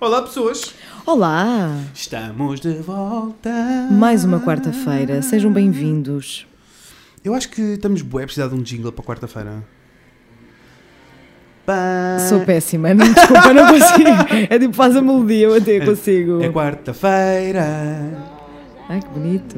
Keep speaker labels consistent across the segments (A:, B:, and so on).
A: Olá pessoas,
B: Olá!
A: estamos de volta.
B: Mais uma quarta-feira, sejam bem-vindos.
A: Eu acho que estamos bué a precisar de um jingle para quarta-feira. Pá.
B: Sou péssima, não, desculpa, não consigo. É tipo, faz a melodia, eu até consigo.
A: É quarta-feira.
B: Ai, que bonito.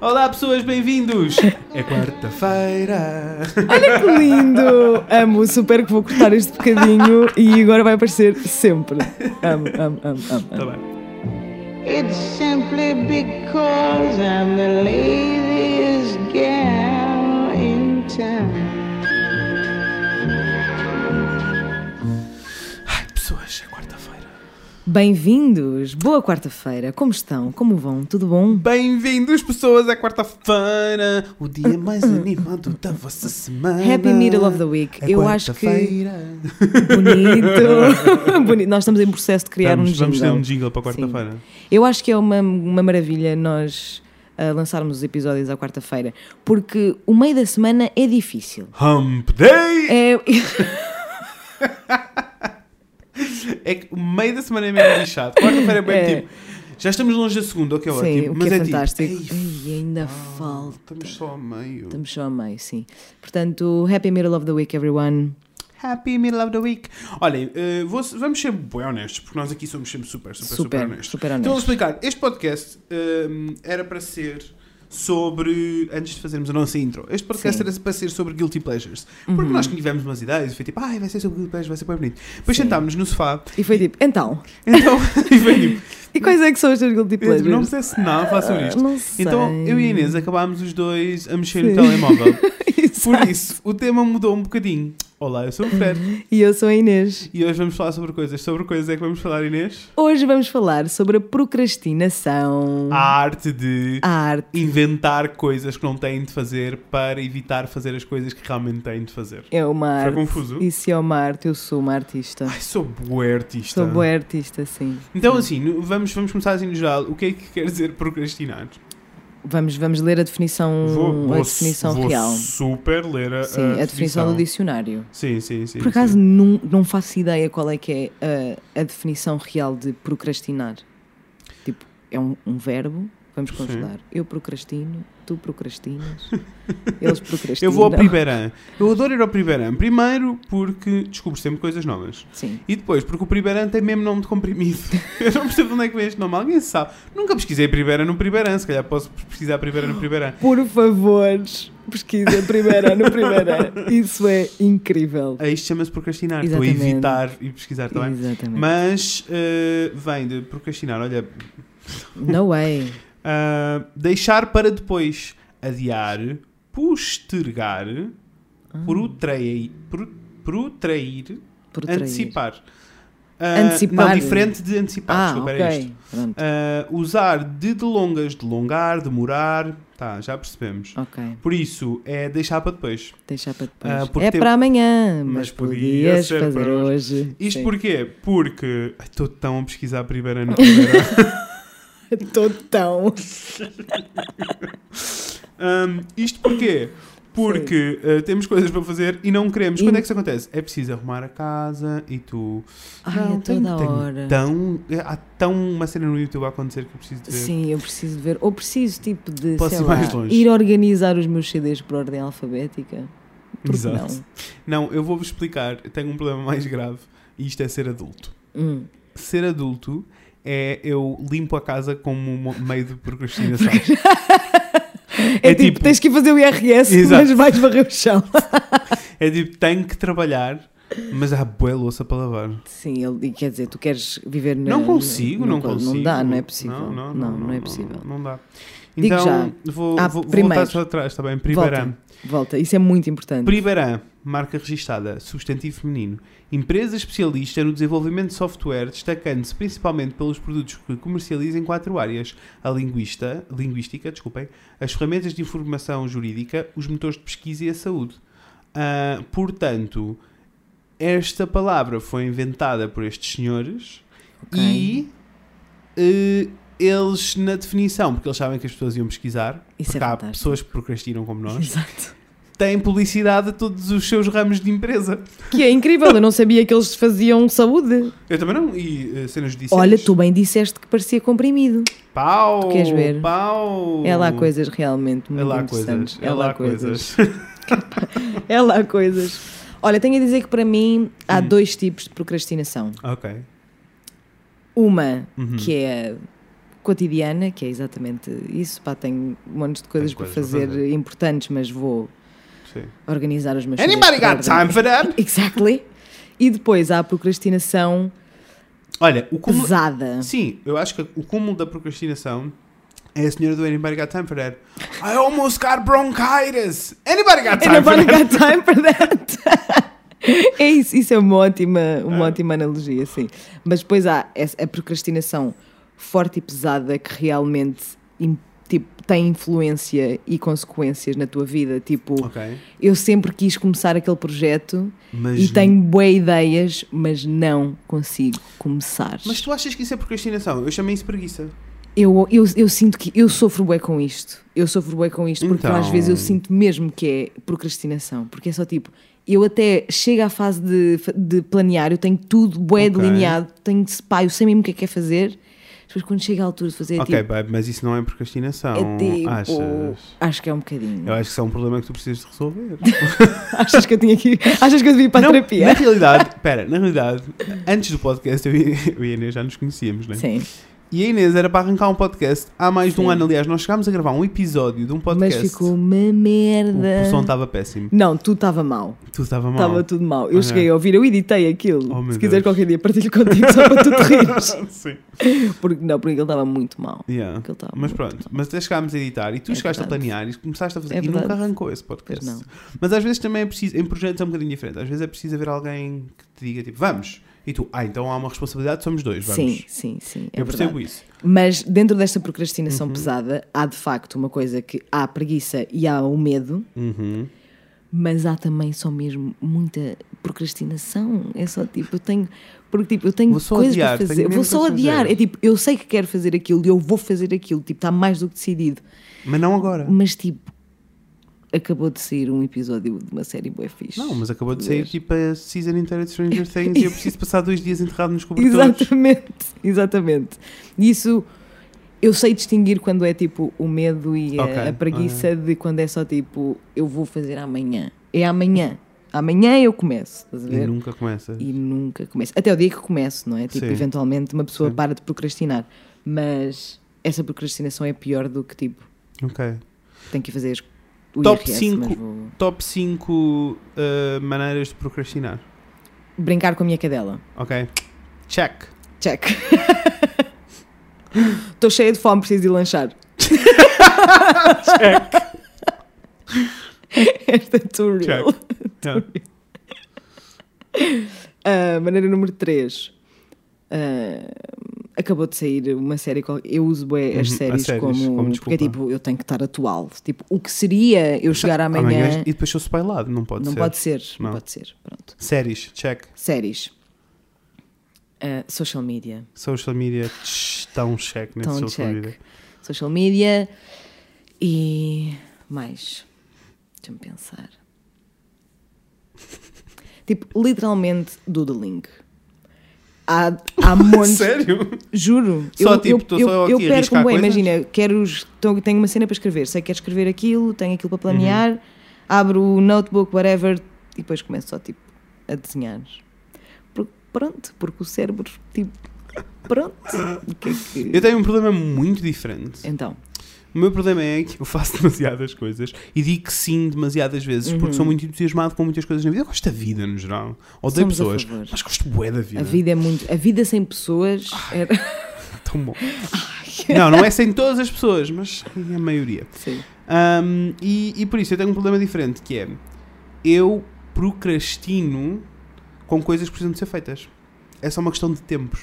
A: Olá pessoas, bem-vindos. É quarta-feira.
B: Olha que lindo! Amo, super que vou cortar este bocadinho e agora vai aparecer sempre. Amo, amo, amo, amo.
A: Tá
B: amo.
A: bem.
C: It's simply because I'm the laziest gal in town.
A: Ai pessoas, é quarta-feira.
B: Bem-vindos! Boa quarta-feira, como estão? Como vão? Tudo bom?
A: Bem-vindos pessoas, é quarta-feira. O dia mais animado da vossa semana.
B: Happy middle of the week.
A: É
B: eu acho que.
A: quarta-feira.
B: Bonito! bonito! Nós estamos em processo de criar um
A: Vamos,
B: jingle.
A: vamos ter um jingle para
B: Sim.
A: quarta-feira.
B: Eu acho que é uma, uma maravilha nós ah, lançarmos os episódios à quarta-feira, porque o meio da semana é difícil.
A: Hump Day!
B: É,
A: É que o meio da semana é mesmo lixado. Quarta-feira é bem
B: É.
A: tipo. Já estamos longe da segunda, ok,
B: sim,
A: ótimo.
B: o que
A: Mas
B: é,
A: é,
B: fantástico.
A: tipo. "Ei,
B: Ai, ainda falta.
A: Estamos só a meio.
B: Estamos só a meio, sim. Portanto, Happy Middle of the Week, everyone.
A: Happy middle of the week. Olhem, eh, vou- vamos ser bem honestos, porque nós aqui somos sempre super, super, super,
B: Super,
A: honestos.
B: super
A: Então vou
B: honestos.
A: explicar. Este podcast hum, era para ser sobre. Antes de fazermos a nossa intro, este podcast
B: Sim. Uhum.
A: era para ser sobre Guilty Pleasures. Porque nós tivemos umas ideias e foi tipo, ai, vai ser sobre Guilty Pleasures, vai ser bem bonito. Depois
B: Sim.
A: sentámos no sofá,
B: E foi tipo, então,
A: então, e foi tipo,
B: e quais é que são os teus guilty
A: Eu
B: pleasures?
A: não fizesse nada, façam
B: Ah,
A: isto.
B: não sei.
A: Então eu e a Inês acabámos os dois a mexer
B: Sim.
A: no telemóvel.
B: Exato. Uhum.
A: Por isso, o tema mudou um bocadinho. Olá, eu sou o Fred
B: E eu sou a Inês.
A: e hoje vamos falar sobre coisas. Sobre coisas é que vamos falar, Inês?
B: Hoje vamos falar sobre a procrastinação.
A: A arte de
B: A arte.
A: inventar coisas que não têm de fazer para evitar fazer as coisas que realmente têm de fazer.
B: É uma
A: Foi
B: arte.
A: confuso?
B: Isso é uma arte, eu sou uma artista.
A: Ai, sou bué artista.
B: Sou boa artista, sim.
A: Então assim, no- vamos, vamos começar assim no geral. O que é que quer dizer procrastinar?
B: Vamos, vamos ler a definição, Hum, a definição
A: vou
B: real.
A: super ler a,
B: Sim, a, definição do dicionário.
A: Sim, sim, sim.
B: Por
A: sim.
B: acaso não, não faço ideia qual é que é a, a definição real de procrastinar. Tipo, é um, um verbo, vamos conjugar. Eu procrastino, tu procrastinas, eles
A: Eu
B: procrastinam.
A: vou ao Primeirão. Eu adoro ir ao Primeirão. Primeiro porque descubro sempre coisas novas.
B: Sim.
A: E depois, porque o Primeirão tem mesmo nome de comprimido. Eu não percebo de onde é que vem este nome. Alguém sabe. Nunca pesquisei Primeirão no Primeirão. Se calhar posso pesquisar Primeirão no Primeirão.
B: Por favor, pesquisa primeira no primeira. Isso é incrível.
A: Ah, Isto chama-se procrastinar. Estou a
B: Exatamente.
A: evitar e pesquisar também.
B: Exatamente.
A: Mas eh, vem de procrastinar. Olha,
B: No way.
A: ah, deixar para depois. Adiar, postergar,
B: Ah.
A: protrair, pro- protrair
B: Por trair.
A: Antecipar. Ah,
B: Antecipar.
A: Não, diferente de antecipar,
B: Ah,
A: desculpa,
B: ok.
A: era isto.
B: Pronto.
A: Ah, usar de delongas, delongar, demorar. Tá, já percebemos.
B: Ok,
A: Por isso, é deixar para depois.
B: deixa para depois.
A: Ah, porque
B: é
A: tem-
B: para amanhã, mas,
A: Mas podia
B: podias
A: ser
B: fazer
A: para
B: hoje.
A: Isto
B: Sim.
A: porquê? Porque. Ai, Estou tão a pesquisar primeiro ano. primeiro ano.
B: Estou tão.
A: Ahm, isto porquê? Porque ah, temos coisas para fazer e não queremos.
B: E-
A: Quando é que isso acontece? É preciso arrumar a casa e tu.
B: Ai,
A: não,
B: é
A: tenho-
B: toda a
A: tenho
B: hora.
A: Tão, há tão uma cena no YouTube a acontecer que eu preciso de ver.
B: Sim, eu preciso de ver. Ou preciso, tipo, de
A: Posso
B: sei
A: ir mais
B: lá,
A: longe.
B: ir organizar os meus CDs por ordem alfabética. Porque
A: Exato. Não, eu vou-vos explicar. Eu Tenho um problema mais grave e isto é ser adulto.
B: não? Hum.
A: Ser adulto é eu limpo a casa como um mo- meio de procrastinação.
B: É,
A: É
B: tipo,
A: tipo-
B: tens que ir fazer o IRS,
A: Exato.
B: mas vais varrer o chão.
A: é tipo, tenho que trabalhar, mas há boa louça para lavar.
B: Sim, ele, e quer dizer, tu queres viver na.
A: não consigo, não,
B: co-
A: consigo.
B: Não dá, não é possível. Não, não, é
A: não,
B: possível.
A: Não, dá.
B: Digo
A: Então,
B: já.
A: vou,
B: Ah,
A: vou, vou
B: primeiro.
A: voltar só atrás, está bem? Primeirão.
B: Volta, volta, isso é muito importante.
A: Primeirão, marca registada, substantivo feminino. Empresa especialista no desenvolvimento de software, destacando-se principalmente pelos produtos que comercializa em quatro áreas: a linguista, linguística, desculpem, as ferramentas de informação jurídica, os motores de pesquisa e a saúde. Ah, portanto, esta palavra foi inventada por estes senhores
B: Ok.
A: e eh, eles, na definição, porque eles sabem que as pessoas é? iam pesquisar,
B: Isso é
A: porque há
B: fantástico.
A: pessoas que procrastinam como nós,
B: Exato.
A: tem publicidade a todos os seus ramos de empresa.
B: Que é incrível, eu não sabia que eles faziam saúde.
A: Eu também não. E eh, cenas judiciais.
B: Olha, tu bem disseste que parecia comprimido.
A: Pau!
B: Tu queres ver?
A: Pau!
B: É lá coisas
A: É
B: realmente muito
A: lá
B: interessantes.
A: coisas. É lá coisas.
B: É lá coisas. Olha, tenho a dizer que para mim há
A: Hum.
B: dois tipos de procrastinação.
A: ok.
B: Uma
A: Uhum.
B: que é cotidiana, que é exatamente isso. Pá, tenho montes de coisas,
A: Tenho coisas
B: para
A: para
B: fazer,
A: fazer.
B: importantes, mas vou
A: Sim.
B: organizar os meus
A: Anybody got
B: folhetos por
A: time
B: ordem.
A: for that?
B: Exactly. E depois há a procrastinação
A: Olha, o cúmulo.
B: pesada.
A: Sim, eu acho que o cúmulo da procrastinação é a senhora do Anybody Got Time for That. I almost got bronchitis! Anybody got time for
B: Anybody
A: that?
B: got time for that? é isso, isso é uma ótima, uma ótima analogia, sim. Mas depois há essa- a procrastinação forte e pesada que realmente im- tipo, tem influência e consequências na tua vida. Tipo,
A: Ok.
B: eu sempre quis começar aquele projeto
A: Mas,
B: e tenho boas ideias, mas não consigo começar.
A: mas tu achas que isso é procrastinação? Eu chamei isso preguiça.
B: Eu, eu, eu sinto que eu sofro bué com isto. Eu sofro bué com isto porque
A: Então.
B: às vezes eu sinto mesmo que é procrastinação. Porque é só tipo, eu até chego à fase de, de planear, eu tenho tudo bué
A: Ok.
B: delineado, tenho pá, eu sei mesmo o que é que é fazer. Depois quando chega a altura de fazer,
A: ok,
B: é tipo,
A: babe, mas isso não é procrastinação.
B: é tipo,
A: Achas?
B: acho que é um bocadinho.
A: Eu acho que isso é um problema que tu precisas de resolver.
B: Achas que eu tinha que ir, achas que eu devia ir para
A: Não,
B: a terapia?
A: Na realidade, pera, na realidade, antes do podcast eu e, eu e a Inês já nos conhecíamos, né?
B: Sim,
A: E a Inês era para arrancar um podcast há mais de um
B: Sim.
A: ano. Aliás, nós chegámos a gravar um episódio de um podcast.
B: mas ficou uma
A: O,
B: merda.
A: o som estava péssimo.
B: Não, tudo estava mal.
A: Tudo estava mal.
B: Estava tudo mal. Eu
A: Ok.
B: cheguei a ouvir, eu editei aquilo.
A: Oh, meu
B: Se quiseres
A: Deus.
B: qualquer dia partilho contigo só para tu te rires.
A: Sim.
B: Porque, não, porque ele estava muito mal.
A: Yeah.
B: Porque ele estava
A: Mas
B: muito
A: pronto, mas até chegámos a editar e tu
B: É
A: chegaste
B: verdade.
A: a planear e começaste a fazer
B: É
A: e nunca
B: verdade.
A: arrancou esse podcast.
B: Pois não.
A: Mas às vezes também é preciso, em projetos é um bocadinho diferente, às vezes é preciso haver alguém que te diga tipo, vamos, e tu, ah, então há uma responsabilidade, somos dois, vamos.
B: Sim, sim, sim. É
A: Eu percebo
B: verdade.
A: isso. Uhum.
B: Mas dentro desta procrastinação pesada, há de facto uma coisa que há a preguiça e há o medo,
A: Uhum.
B: mas há também só mesmo muita procrastinação. É só tipo, eu tenho. Porque tipo, eu tenho
A: Vou só
B: coisas
A: adiar,
B: para
A: tenho
B: fazer. Eu Vou
A: mesmo
B: só
A: para fazer.
B: adiar. É tipo, eu sei que quero fazer aquilo e eu vou fazer aquilo. Tipo, está mais do que decidido.
A: Mas não agora.
B: Mas tipo, acabou de sair um episódio de uma série boa fixe.
A: Não, mas acabou de
B: Poder.
A: sair tipo a season inteira de Stranger Things e eu preciso passar dois dias enterrado nos cobertores.
B: Exatamente, exatamente. E Isso eu sei distinguir quando é tipo o medo e a,
A: Ok,
B: a preguiça de quando é só tipo eu vou fazer amanhã. É amanhã. Amanhã eu começo, estás a
A: E
B: ver?
A: nunca começa.
B: É. E nunca começo. Até o dia que começo, não é? Tipo,
A: Sim.
B: eventualmente uma pessoa para de procrastinar. Mas essa procrastinação é pior do que tipo,
A: Ok.
B: tenho que ir fazer o
A: Top
B: IRS,
A: cinco.
B: mas vou
A: Top 5 maneiras de procrastinar.
B: brincar com a minha cadela.
A: Ok? Check.
B: Check. Estou cheia de fome, preciso de ir lanchar. Check. Esta é too real.
A: Yeah.
B: Ah, maneira número 3. acabou de sair uma série. qual- Eu uso bué as
A: Uhum, as
B: séries,
A: séries,
B: como.
A: como
B: porque
A: desculpa.
B: é tipo, eu tenho que estar atual. Tipo, o que seria eu chegar amanhã.
A: e depois sou spoilado, não pode
B: não
A: ser.
B: pode ser. Não.
A: Não.
B: pode ser. Pronto.
A: Séries, check.
B: Séries. Ah, social media.
A: Social media, estão check nesse
B: Então,
A: social
B: check.
A: media.
B: Social media e mais. Deixa-me pensar. Tipo, literalmente, doodling. Há, há montes.
A: Sério?
B: Juro.
A: Só tipo, tô só aqui a arriscar
B: bué,
A: coisas?
B: imagina, quero, os- tô- tenho uma cena para escrever, sei que quero escrever aquilo, tenho aquilo para planear,
A: Uhum.
B: abro o notebook, whatever, e depois começo só tipo a desenhar. Por- pronto, porque o cérebro, tipo, pronto. O que é que-
A: Eu tenho um problema muito diferente.
B: Então,
A: O meu problema é que eu faço demasiadas coisas e digo que sim demasiadas vezes
B: Uhum.
A: porque sou muito entusiasmado com muitas coisas na vida. Eu gosto da vida no geral. Odeio
B: Somos a
A: pessoas,
B: favor.
A: mas gosto bué da vida. Ah, Tá
B: a vida é muito. A vida sem pessoas era.
A: Tão bom. não, não é sem todas as pessoas, mas é a maioria.
B: Sim.
A: Ahm, e, e por isso eu tenho um problema diferente que é eu procrastino com coisas que precisam de ser feitas. É só uma questão de tempos.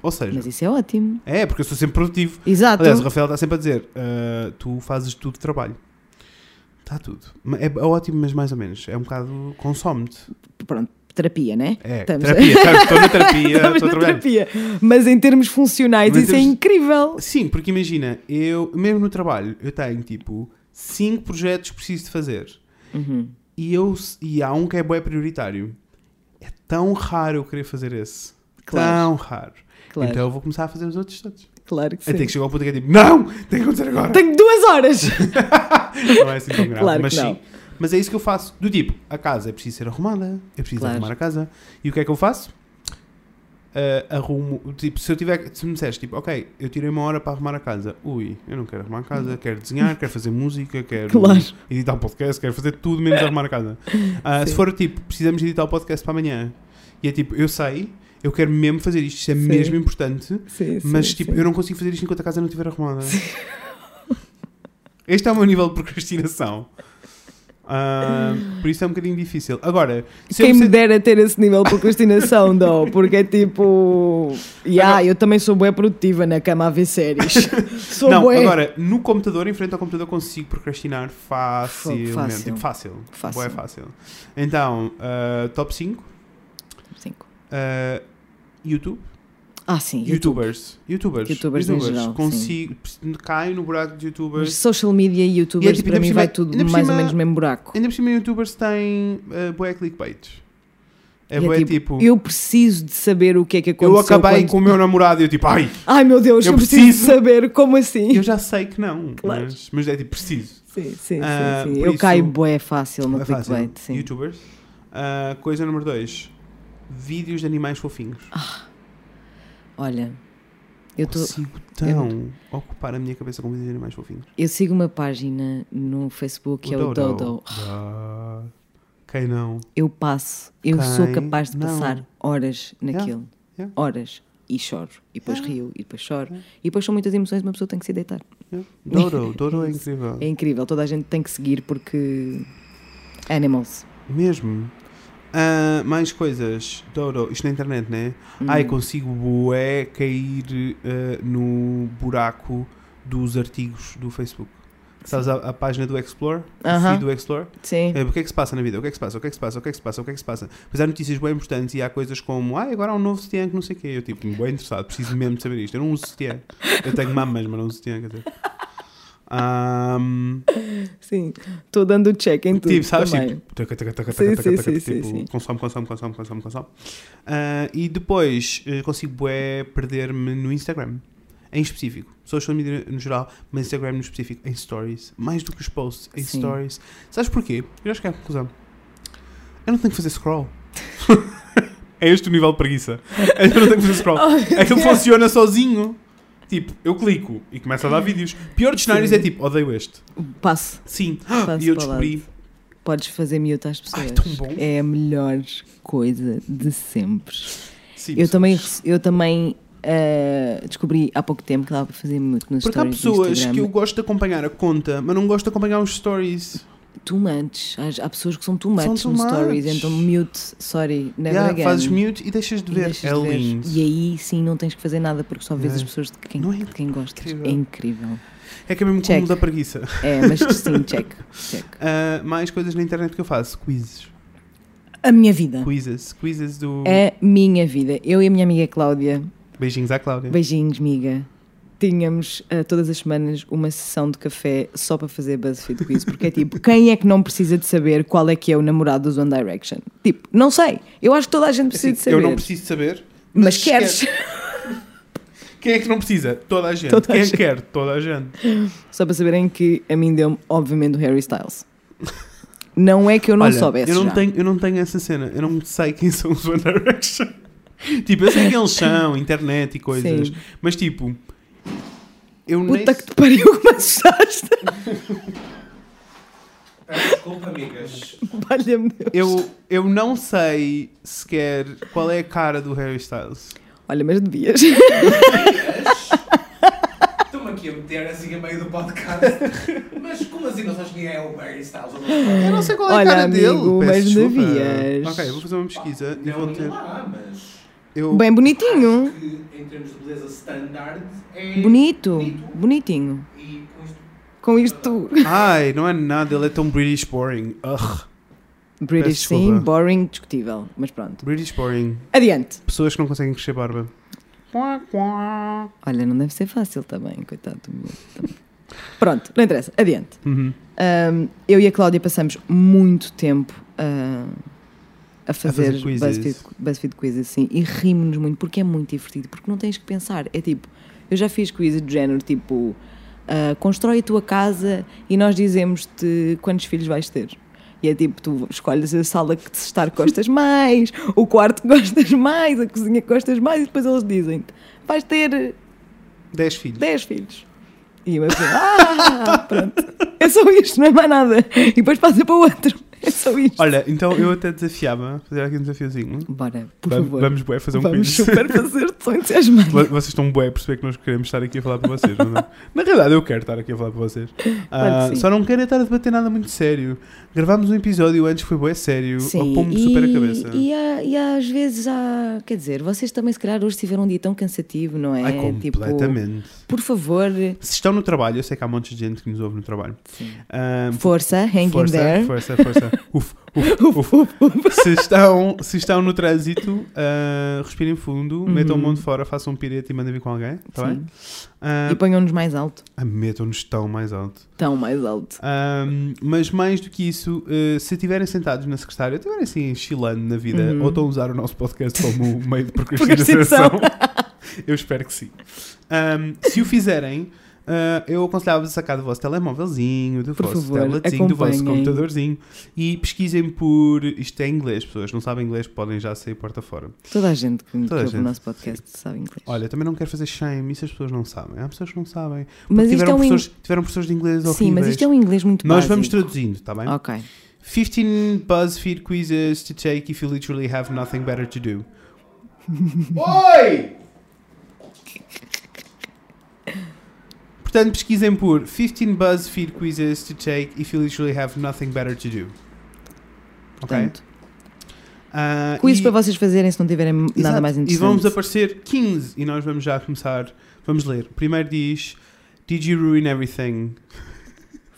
A: Ou seja,
B: Mas isso é ótimo.
A: é porque eu sou sempre produtivo.
B: Exato.
A: Aliás, o Rafael está sempre a dizer: "Ah, tu fazes tudo de trabalho. Está tudo. Ma- É, é ótimo, mas mais ou menos. É um bocado. consome-te.
B: Pronto, terapia, né?
A: É,
B: Estamos-
A: terapia. estamos- Estou na terapia.
B: Estamos
A: É, Estou a
B: na
A: trabalhar.
B: terapia. Mas em termos funcionais,
A: Mas em
B: isso é
A: termos-
B: incrível.
A: Sim, porque imagina, eu, mesmo no trabalho, eu tenho tipo cinco projetos que preciso de fazer.
B: Uhum.
A: E, eu, e há um que é bué prioritário. É tão raro eu querer fazer esse.
B: Claro.
A: Tão raro.
B: Claro,
A: Então eu vou começar a fazer os outros todos.
B: claro que sim.
A: Até que chegou ao ponto que é tipo, não! Tem que acontecer agora!
B: Tenho duas horas!
A: Não é assim tão grave,
B: Claro que
A: mas
B: não.
A: sim. Mas é isso que eu faço. Do tipo, a casa é preciso ser arrumada, eu preciso
B: Claro.
A: arrumar a casa. E o que é que eu faço? Ah, arrumo, tipo, se eu tiver, se me disseres, tipo, ok, eu tirei uma hora para arrumar a casa. Ui, eu não quero arrumar a casa, quero desenhar, quero fazer música, quero
B: Hum. Claro.
A: editar um podcast, quero fazer tudo menos arrumar a casa. Ah, se
B: Sim.
A: for, tipo, precisamos editar o podcast para amanhã. E é tipo, eu sei, eu quero mesmo fazer isto, isto é
B: Sim.
A: mesmo importante,
B: Sim, sim,
A: mas tipo,
B: sim.
A: eu não consigo fazer isto enquanto a casa não estiver arrumada. Este é o meu nível de procrastinação. Ah, por isso é um bocadinho difícil. Agora, se eu
B: Quem me
A: preciso-
B: dera ter esse nível de procrastinação, dó, porque é tipo. Yeah, eu também sou bué produtiva na cama a ver séries. Sou
A: Não,
B: bué.
A: agora, no computador, em frente ao computador, consigo procrastinar facilmente.
B: Fácil.
A: Tipo, fácil.
B: Fácil.
A: Boa, é fácil. Então, ah, top 5.
B: Cinco.
A: ah, YouTube.
B: Ah, sim. YouTube.
A: Youtubers. Youtubers.
B: Youtubers em geral,
A: Consigo. Caio no buraco de
B: Mas
A: youtubers.
B: social media e
A: E é
B: youtubers
A: tipo,
B: para
A: ainda
B: mim
A: por
B: vai
A: cima-
B: tudo
A: ainda por
B: mais ou
A: cima-
B: menos no mesmo buraco.
A: Ainda por cima, youtubers têm uh, boé clickbait. É
B: E
A: boé tipo.
B: Eu preciso de saber o que é que aconteceu.
A: Eu acabei
B: quando-
A: com o meu namorado e eu tipo, ai,
B: Ai meu Deus, eu,
A: Eu
B: preciso,
A: preciso.
B: saber como assim.
A: eu já sei que não.
B: Claro.
A: Mas, mas é tipo, preciso.
B: Sim, sim,
A: Ah,
B: sim. sim.
A: por
B: Eu
A: isso-
B: caio bué fácil no
A: é fácil.
B: clickbait. Sim.
A: Youtubers. Ah, coisa número 2. Vídeos de animais fofinhos.
B: Olha, Ah, eu, tô,
A: Consigo tão ocupar a minha cabeça com vídeos de animais fofinhos.
B: eu sigo uma página no Facebook que é o
A: Dodo.
B: Dodo.
A: Ah, Quem não?
B: Eu passo, eu sou
A: Quem
B: capaz de
A: não?
B: passar horas naquilo.
A: yeah.
B: Horas. E choro. E depois
A: Yeah.
B: rio, e depois choro. E depois são muitas emoções, uma pessoa tem que se deitar.
A: Dodo, Dodo é incrível.
B: É incrível, toda a gente tem que seguir porque. Animals.
A: Mesmo. Ah, mais coisas. Dodo, isto na internet, né?
B: Hum.
A: Ai, consigo bué cair ah, no buraco dos artigos do Facebook. Sabes a, a página do Explore? O
B: Aham.
A: feed do Explore?
B: Sim.
A: É, o que é que se passa na vida? O que é que se passa? O que é que se passa? O que é que se passa? O que é que se passa? Mas há notícias bem importantes e há coisas como ai, agora há um novo sutiã que não sei o quê. Eu, tipo, bem interessado, preciso mesmo de saber isto. Eu não uso sutiã. Eu tenho mamas, mas não uso sutiã, quer dizer. Ahm,
B: Sim. Estou dando check em tudo.
A: tipo, sabes?
B: também.
A: Tipo, taca, taca, taca,
B: Sim,
A: taca,
B: sim,
A: taca, taca,
B: sim, sim, sim.
A: tipo, consome, consome, consome, consome, consome. Ah, e depois eh, consigo bué, perder-me no Instagram. Em específico, social media no geral, mas Instagram no específico, em stories, mais do que os posts, em
B: Sim.
A: stories. Sabes porquê? Eu já cheguei à conclusão. Eu não tenho que fazer scroll. é este o nível de preguiça. Eu não tenho que fazer scroll. Aquilo funciona sozinho. Tipo, eu clico e começa a dar vídeos. Pior dos cenários
B: Sim.
A: é tipo, odeio este.
B: Passo.
A: Sim.
B: Passo
A: Ah, e eu
B: para lá.
A: descobri.
B: Podes fazer mute às pessoas.
A: Ai, tão bom.
B: É a melhor coisa de sempre.
A: Sim,
B: Eu também, rece- eu também ah, descobri há pouco tempo que dava para fazer mute nos
A: Porque há
B: stories do
A: pessoas
B: Instagram.
A: que eu gosto de acompanhar a conta, mas não gosto de acompanhar os stories.
B: Too much. Há, há pessoas que são too much
A: São
B: nos
A: too much.
B: stories, então mute, sorry, never
A: Yeah,
B: again.
A: fazes mute e deixas de
B: E
A: ver.
B: deixas
A: é
B: de ver.
A: lindo.
B: E aí sim não tens que fazer nada porque só vês
A: É.
B: as pessoas de quem,
A: Não é
B: de quem gostas.
A: incrível?
B: É incrível.
A: É que é mesmo
B: Check.
A: como da preguiça.
B: É, mas sim, check, check.
A: Ah, mais coisas na internet que eu faço. Quizzes.
B: A minha vida.
A: Quizzes. Quizzes do.
B: A minha vida. Eu e a minha amiga Cláudia,
A: Beijinhos à Cláudia.
B: beijinhos, miga. Tínhamos ah, todas as semanas uma sessão de café só para fazer BuzzFeed Quiz, porque é tipo, quem é que não precisa de saber qual é que é o namorado dos One Direction? Tipo, não sei. Eu acho que toda a gente precisa
A: Assim,
B: de saber.
A: Eu não preciso de saber.
B: mas, queres.
A: quer. Quem é que não precisa? Toda a gente.
B: Toda a
A: Quem é
B: gente.
A: que quer? Toda a gente.
B: Só para saberem que a mim deu-me, obviamente, o Harry Styles. Não é que eu não
A: Olha,
B: soubesse
A: eu não,
B: já.
A: tenho, eu não tenho essa cena. Eu não sei quem são os One Direction. tipo, eu sei quem eles são, internet e coisas.
B: Sim.
A: Mas tipo. Eu nem
B: Puta que te pariu, que me assustaste.
A: Desculpa, amigas.
B: Valha-me Deus.
A: Eu, eu não sei sequer qual é a cara do Harry Styles.
B: Olha, mas devias.
D: Estou-me aqui a meter assim a meio do podcast. Mas como assim não sabes quem é o Barry Styles?
A: Eu não sei qual é
B: Olha,
A: a cara
B: amigo,
A: dele.
B: mas
A: Peço desculpa.
B: devias.
A: Ok, vou fazer uma pesquisa e
D: Não,
A: vou
D: não
A: ter.
D: lá, mas
A: Eu,
B: Bem bonitinho.
D: que em termos de beleza standard é
B: Bonito. Bonitinho.
D: E com isto
B: Com isto,
A: Ai, não é nada, ele é tão British boring. Ugh,
B: British
A: Peço
B: sim,
A: desculpa.
B: boring, discutível. Mas pronto.
A: British boring.
B: Adiante.
A: Pessoas que não conseguem crescer barba. Quá, quá.
B: Olha, não deve ser fácil também, coitado do meu. Pronto, não interessa. Adiante.
A: Uhum.
B: Ahm, eu e a Cláudia passamos muito tempo ah, a, fazer,
A: fazer quizzes.
B: BuzzFeed, BuzzFeed quizzes assim, e rimos-nos muito porque é muito divertido, porque não tens que pensar. É tipo, eu já fiz quizzes de género tipo ah, constrói a tua casa e nós dizemos-te quantos filhos vais ter. E é tipo, tu escolhes a sala que te estar gostas mais, o quarto que gostas mais, a cozinha que gostas mais, e depois eles dizem-te: vais ter
A: 10 filhos.
B: 10 filhos. E eu assim, ah, pronto, é só isto, não é mais nada. E depois passa para o outro, é só isto.
A: Olha, então eu até desafiava fazer aqui um desafiozinho.
B: Bora, por
A: Vamos-
B: favor.
A: Vamos bué fazer um
B: Vamos
A: quiz.
B: super fazer, são entusiasmados.
A: Vo- Vocês estão bué a perceber que nós queremos estar aqui a falar para vocês, não é? Na realidade, eu quero estar aqui a falar para vocês. Ah,
B: que sim.
A: só não quero é estar a debater nada muito sério. Gravámos um episódio antes que foi bué sério.
B: Sim,
A: Pô-me
B: e,
A: super a cabeça.
B: E, há- e há, às vezes há. Quer dizer, vocês também, se calhar, hoje tiveram um dia tão cansativo, não é?
A: Ai,
B: Tipo,
A: completamente.
B: por favor,
A: Se estão no trabalho, eu sei que há um monte de gente que nos ouve no trabalho. Ah,
B: força, hang
A: força,
B: in there.
A: força, força. Uf, uf, uf. Se estão, se estão no trânsito, ah, respirem fundo, metam o mão de fora, façam um pirete e mandem vir com alguém, tá
B: Uhum. Sim.
A: bem? Ah,
B: E ponham-nos mais alto.
A: ah, Metam-nos tão mais alto.
B: Tão mais alto.
A: Ahm, mas mais do que isso, eh, se estiverem sentados na secretária, estiverem assim chilando na vida,
B: Uhum.
A: ou estão a usar o nosso podcast como um meio de procrastinação, eu espero que sim. Ahm, se o fizerem, ah, eu aconselhava-vos a sacar do vosso telemóvelzinho, do
B: Por
A: vosso
B: favor,
A: tabletzinho, do vosso
B: acompanhem.
A: computadorzinho e pesquisem por. Isto é em inglês, pessoas não sabem inglês, podem já sair porta fora.
B: Toda a gente que que
A: Toda a
B: ouve o
A: gente.
B: nosso podcast sabe inglês.
A: Olha, eu também não quero fazer shame, isso as pessoas não sabem. Há pessoas que não sabem.
B: Mas isto
A: tiveram,
B: é um in-
A: professores, tiveram professores de inglês
B: Sim, mas
A: horríveis.
B: isto é um inglês muito
A: Nós
B: básico.
A: vamos traduzindo, está bem?
B: Ok.
A: 15 BuzzFeed quizzes to take if you literally have nothing better to do.
D: Oi!
A: Portanto, pesquisem por 15 BuzzFeed quizzes to take if you literally have nothing better to do. Ok?
B: Portanto,
A: Ah,
B: quiz
A: e-
B: para vocês fazerem se não tiverem nada
A: Exato.
B: mais interessante.
A: E vamos aparecer 15 e nós vamos já começar. Vamos ler. Primeiro diz: Did you ruin everything?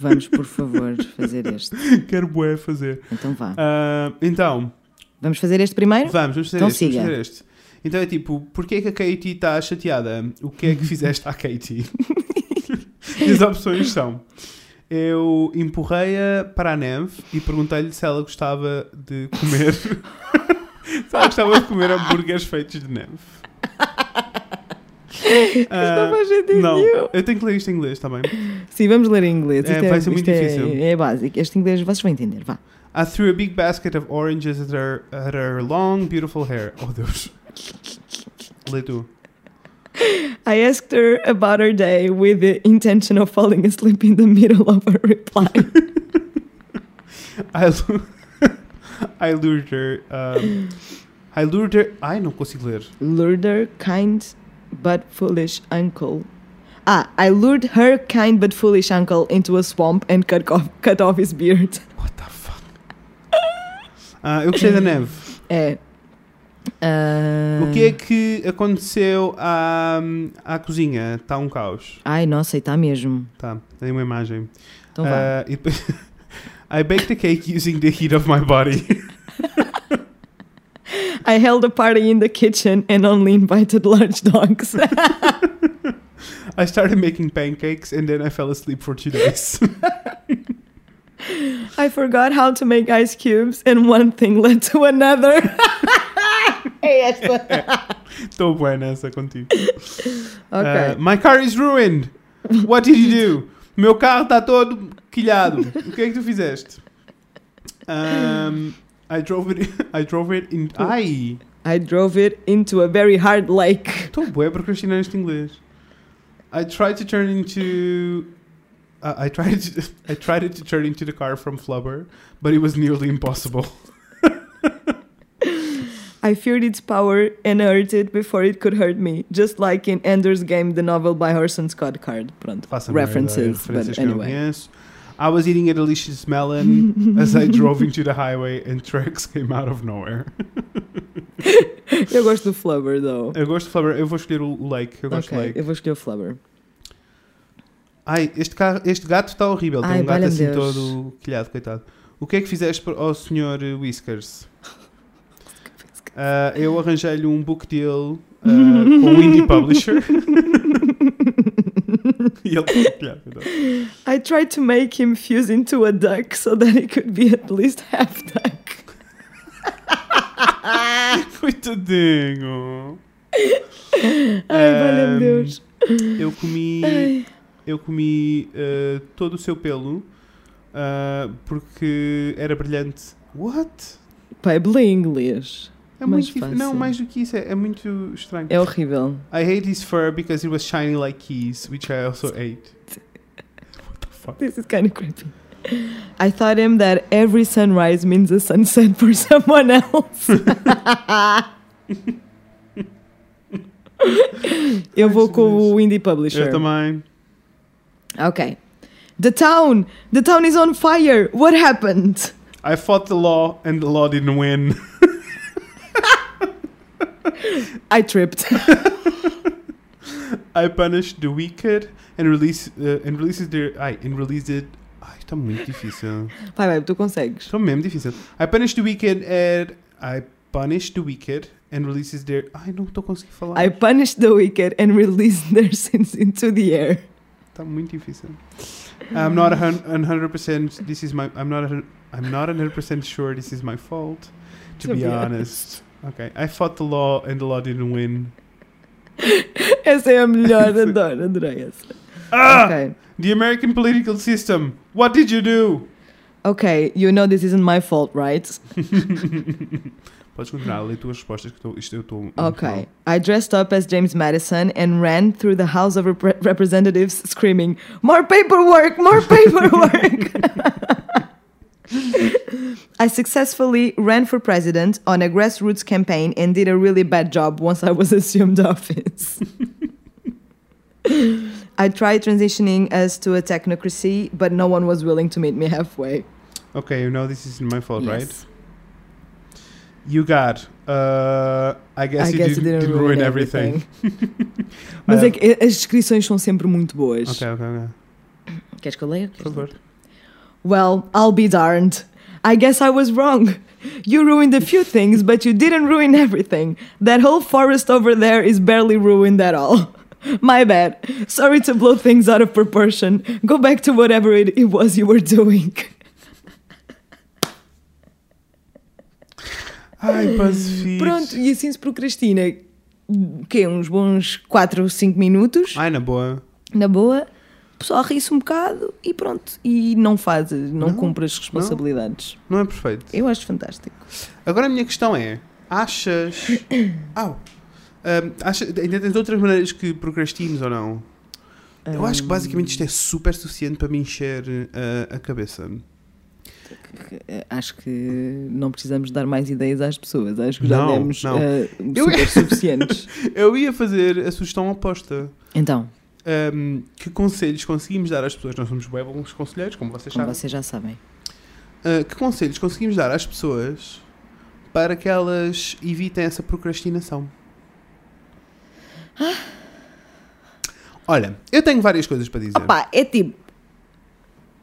B: Vamos, por favor, fazer este.
A: Quero bué fazer.
B: Então vá.
A: Ah, então,
B: Vamos fazer este primeiro?
A: vamos, vamos fazer
B: Então
A: este.
B: siga.
A: Vamos fazer este. Então é tipo, porquê é que a Katie está chateada? O que é que fizeste à Katie? e as opções são: eu empurrei-a para a neve e perguntei-lhe se ela gostava de comer. se ela gostava de comer hambúrgueres feitos de neve. Ah,
B: não faz sentido
A: não,
B: nenhum.
A: eu tenho que ler isto em inglês tá também.
B: Sim, vamos ler em inglês.
A: É,
B: Isto
A: vai ser muito
B: isto é-
A: difícil.
B: É, básico. Este inglês vocês vão entender. Vá.
A: I threw a big basket of oranges at her, at her long, beautiful hair. Oh Deus. Lê tu.
B: I asked her about her day with the intention of falling asleep in the middle of her reply.
A: I, lu- I lured her. Um, I lured her. Ai, não consigo ler.
B: lured her kind but foolish uncle. Ah, I lured her kind but foolish uncle into a swamp and cut off, cut off his beard.
A: What the fuck? Ah, eu gostei da neve.
B: É. Ah,
A: O que é que aconteceu à, à cozinha? Está um caos.
B: Ai, nossa, e tá mesmo.
A: Tá, tem uma imagem.
B: Então vá.
A: Ah, e depois- I baked a cake using the heat of my body.
B: I held a party in the kitchen and only invited large dogs.
A: I started making pancakes and then I fell asleep for two days.
B: I forgot how to make ice cubes and one thing led to another. é esta.
A: Estou boa nessa contigo.
B: Ok.
A: Uh, my car is ruined. What did you do? Meu carro está todo quilhado. O que é que tu fizeste? Um, I drove it. I drove it in. Ai!
B: I drove it into a very hard lake.
A: Estou bué a procrastinar este inglês. I tried to turn into. Uh, I tried. To, I tried it to turn into the car from Flubber, but it was nearly impossible.
B: I feared its power and hurt it before it could hurt me, just like in Ender's Game, the novel by Orson Scott Card. Pronto.
A: Faça merda,
B: References,
A: referências
B: but
A: que eu não
B: anyway.
A: conheço. I was eating a delicious melon as I drove into the highway and tracks came out of nowhere.
B: Eu gosto do Flubber, though.
A: Eu gosto de Flubber, eu vou escolher o o Lake. Eu gosto
B: Ok,
A: de Lake.
B: eu vou escolher o Flubber.
A: Ai, este, carro- este gato está horrível. Tem
B: Ai,
A: um gato
B: valha-me
A: assim
B: Deus.
A: todo quilhado, coitado. O que é que fizeste para- ao Sr. Whiskers? Ah, eu arranjei-lhe um book deal ah, com o Indie Publisher. E ele partilhava. não.
B: I tried to make him fuse into a duck so that he could be at least half duck.
A: Coitadinho. Ah,
B: Ai, valeu
A: Ahm,
B: Deus.
A: Eu comi. Eu comi eh, todo o seu pelo ah, porque era brilhante. What?
B: Pablo em inglês.
A: É
B: Mais
A: muito dif- Não,
B: fácil.
A: mais do que isso, é, é muito estranho.
B: É horrível.
A: I hate his fur because it was shiny like keys, which I also ate. What the fuck?
B: This is kind of creepy. I thought him that every sunrise means a sunset for someone else. Eu vou com o indie publisher.
A: Eu também.
B: Ok. The town! The town is on fire! What happened?
A: I fought the law and the law didn't win.
B: I tripped.
A: I punished the wicked and release eh, and releases their ai and released it. Ai, está muito difícil.
B: Vai, vai, tu consegues.
A: Está mesmo difícil. I punished the wicked and I punished the wicked and releases their. Ai, não estou conseguindo falar.
B: I punished the wicked and released their sins into the air.
A: Está muito difícil. I'm not a hun- a hundred percent. This is my. I'm not. A, hun- I'm not a hundred percent sure this is my fault. To, be, honest. Okay, I fought the law and the law didn't win.
B: Essa é a melhor, adoro, adorei essa.
A: Ah,
B: Ok.
A: the American political system. What did you do?
B: Ok, you know this isn't my fault, right?
A: Podes continuar, lê tuas respostas que estou- isto eu estou.
B: Okay. I dressed up as James Madison and ran through the House of Rep- Representatives screaming, More paperwork! More paperwork! I successfully ran for president on a grassroots campaign and did a really bad job once I was assumed office. I tried transitioning us to a technocracy, but no one was willing to meet me halfway.
A: Okay, you know this isn't my fault, right?
B: Yes.
A: You got. Uh, I guess
B: I
A: you
B: guess
A: didn't,
B: it didn't
A: didn't ruin everything.
B: Mas
A: Ah,
B: é que eh, as descrições são sempre muito boas.
A: Okay, okay, okay.
B: Queres que eu leia?
A: Por favor.
B: Well, I'll be darned. I guess I was wrong. You ruined a few things, but you didn't ruin everything. That whole forest over there is barely ruined at all. My bad. Sorry to blow things out of proportion. Go back to whatever it, it was you were doing.
A: Ai, BuzzFeed.
B: Pronto, e assim se procrastina. Que Uns bons 4 ou 5 minutos.
A: Ai, na boa.
B: Na boa. O pessoal ri-se um bocado e pronto. E não faz, não,
A: Não,
B: cumpre as responsabilidades.
A: Não é perfeito.
B: Eu acho fantástico.
A: Agora a minha questão é: achas. Au! Ahm, acha- ainda tens outras maneiras que procrastines ou não? Eu
B: Hum,
A: acho que basicamente isto é super suficiente para me encher ah, a cabeça.
B: acho que não precisamos dar mais ideias às pessoas. Acho que já
A: Não,
B: demos
A: não.
B: eh,
A: Eu-
B: super suficientes.
A: Eu ia fazer a sugestão oposta.
B: Então,
A: Ahm, que conselhos conseguimos dar às pessoas? Nós somos bem bons conselheiros, como vocês
B: como
A: sabem.
B: vocês já sabem.
A: Ah, que conselhos conseguimos dar às pessoas para que elas evitem essa procrastinação?
B: Ah.
A: Olha, eu tenho várias coisas para dizer.
B: Opa, é tipo.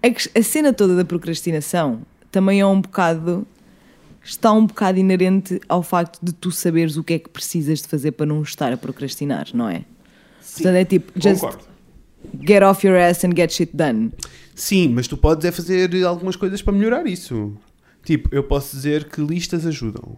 B: A, ques- a cena toda da procrastinação também é um bocado. Está um bocado inerente ao facto de tu saberes o que é que precisas de fazer para não estar a procrastinar, não é?
A: Sim,
B: Portanto, é tipo, just
A: Concordo.
B: get off your ass and get shit done.
A: Sim, mas tu podes é fazer algumas coisas para melhorar isso. Tipo, eu posso dizer que listas ajudam.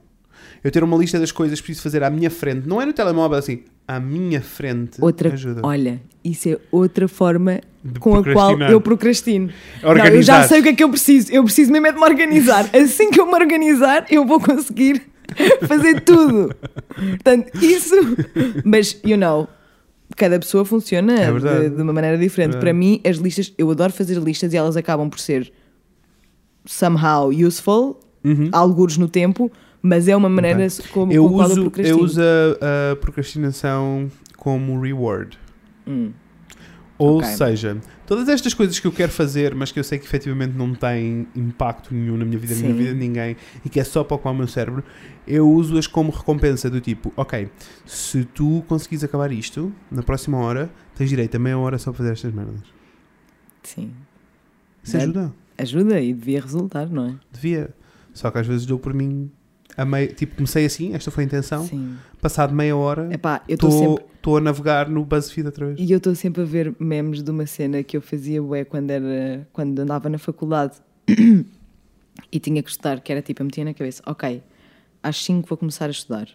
A: Eu ter uma lista das coisas que preciso fazer à minha frente, não é no telemóvel assim, à minha frente
B: Outra,
A: ajuda.
B: olha, isso é outra forma
A: De
B: com a qual
A: procrastinar.
B: eu procrastino. Não, eu
A: Organizar.
B: já sei o que é que eu preciso. Eu preciso mesmo é de me organizar. Assim que eu me organizar, eu vou conseguir fazer tudo. Portanto, isso. Mas, you know, cada pessoa funciona
A: É verdade. É
B: de, de uma maneira diferente.
A: Verdade.
B: Para mim, as listas, eu adoro fazer listas e elas acabam por ser somehow useful, alguns no tempo, mas é uma maneira como
A: Hum? Uhum. eu
B: com a qual eu
A: uso, eu,
B: procrastino.
A: uso a, a procrastinação como reward.
B: Hum.
A: Ou
B: Ok.
A: seja, todas estas coisas que eu quero fazer, mas que eu sei que efetivamente não têm impacto nenhum na minha vida, nem na
B: Sim.
A: vida de ninguém, e que é só para ocupar o meu cérebro, eu uso-as como recompensa do tipo, ok, se tu conseguires acabar isto, na próxima hora, tens direito a meia hora só para fazer estas merdas.
B: Sim.
A: Isso
B: Bem.
A: ajuda.
B: Ajuda e devia resultar, não é?
A: Devia. Só que às vezes dou por mim a meio, tipo, comecei assim, esta foi a intenção.
B: Sim.
A: Passado meia hora,
B: Epá, eu estou sempre.
A: estou a navegar no BuzzFeed outra vez.
B: E eu estou sempre a ver memes de uma cena que eu fazia bué quando, era, quando andava na faculdade e tinha que estudar, que era tipo, eu metia na cabeça, ok, às 5 vou começar a estudar.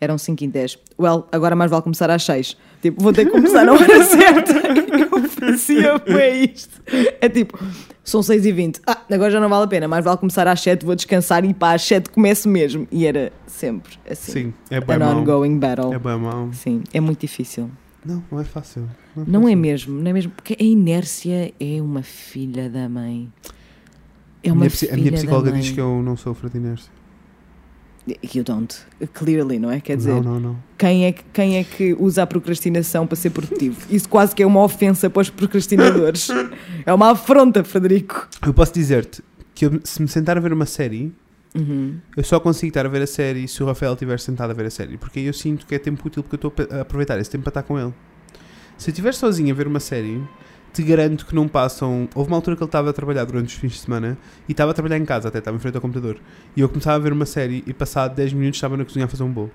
B: Eram 5 e 10. Well, agora mais vale começar às 6. Tipo, vou ter que começar na hora certa. Eu fazia bué isto. É tipo, são 6 e 20. Ah, agora já não vale a pena, mais vale começar às 7, vou descansar e pá, às 7 começo mesmo. E era sempre assim.
A: Sim, é bem
B: An
A: mau.
B: ongoing battle.
A: É bem mau.
B: Sim, é muito difícil.
A: Não, não é fácil.
B: Não é
A: fácil.
B: mesmo, não é mesmo, porque a inércia é uma filha da mãe. É uma
A: a minha, psi-
B: filha
A: a minha psicóloga
B: da mãe.
A: diz que é um eu não sofro de inércia.
B: You don't, clearly, não é? Quer dizer,
A: não, não, não.
B: Quem, é que, quem é que usa a procrastinação para ser produtivo? Isso quase que é uma ofensa para os procrastinadores. é uma afronta, Frederico.
A: Eu posso dizer-te que eu- se me sentar a ver uma série, eu só consigo estar a ver a série se o Rafael estiver sentado a ver a série. Porque aí eu sinto que é tempo útil porque eu estou a aproveitar esse tempo para estar com ele. Se eu estiver sozinho a ver uma série, te garanto que não passam. Houve uma altura que ele estava a trabalhar durante os fins de semana e estava a trabalhar em casa, até estava em frente ao computador. E eu começava a ver uma série e passado 10 minutos estava na cozinha a fazer um bolo.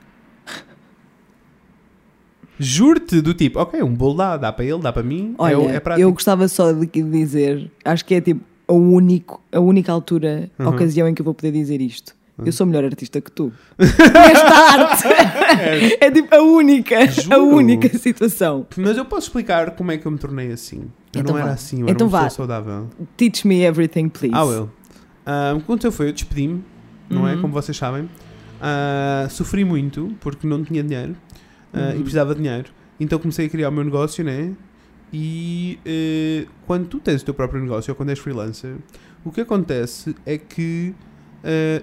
A: Juro-te do tipo, ok, um bolo dá, dá para ele, dá para mim,
B: Olha,
A: é, o- é prático.
B: eu gostava só de que dizer, acho que é tipo a, único, a única altura, a
A: Uhum.
B: ocasião em que eu vou poder dizer isto. Eu sou melhor artista que tu. Nesta arte! é tipo a única, a
A: Juro.
B: única situação.
A: Mas eu posso explicar como é que eu me tornei assim. Eu
B: Então
A: não era
B: vá.
A: assim, eu era
B: Então
A: uma pessoa
B: vá.
A: saudável.
B: Teach me everything, please.
A: Ah, eu. Ah, o que aconteceu foi, eu despedi-me, não é?
B: Uhum.
A: Como vocês sabem. Ah, sofri muito porque não tinha dinheiro ah, e precisava de dinheiro. Então comecei a criar o meu negócio, né? E eh, quando tu tens o teu próprio negócio ou quando és freelancer, o que acontece é que ah,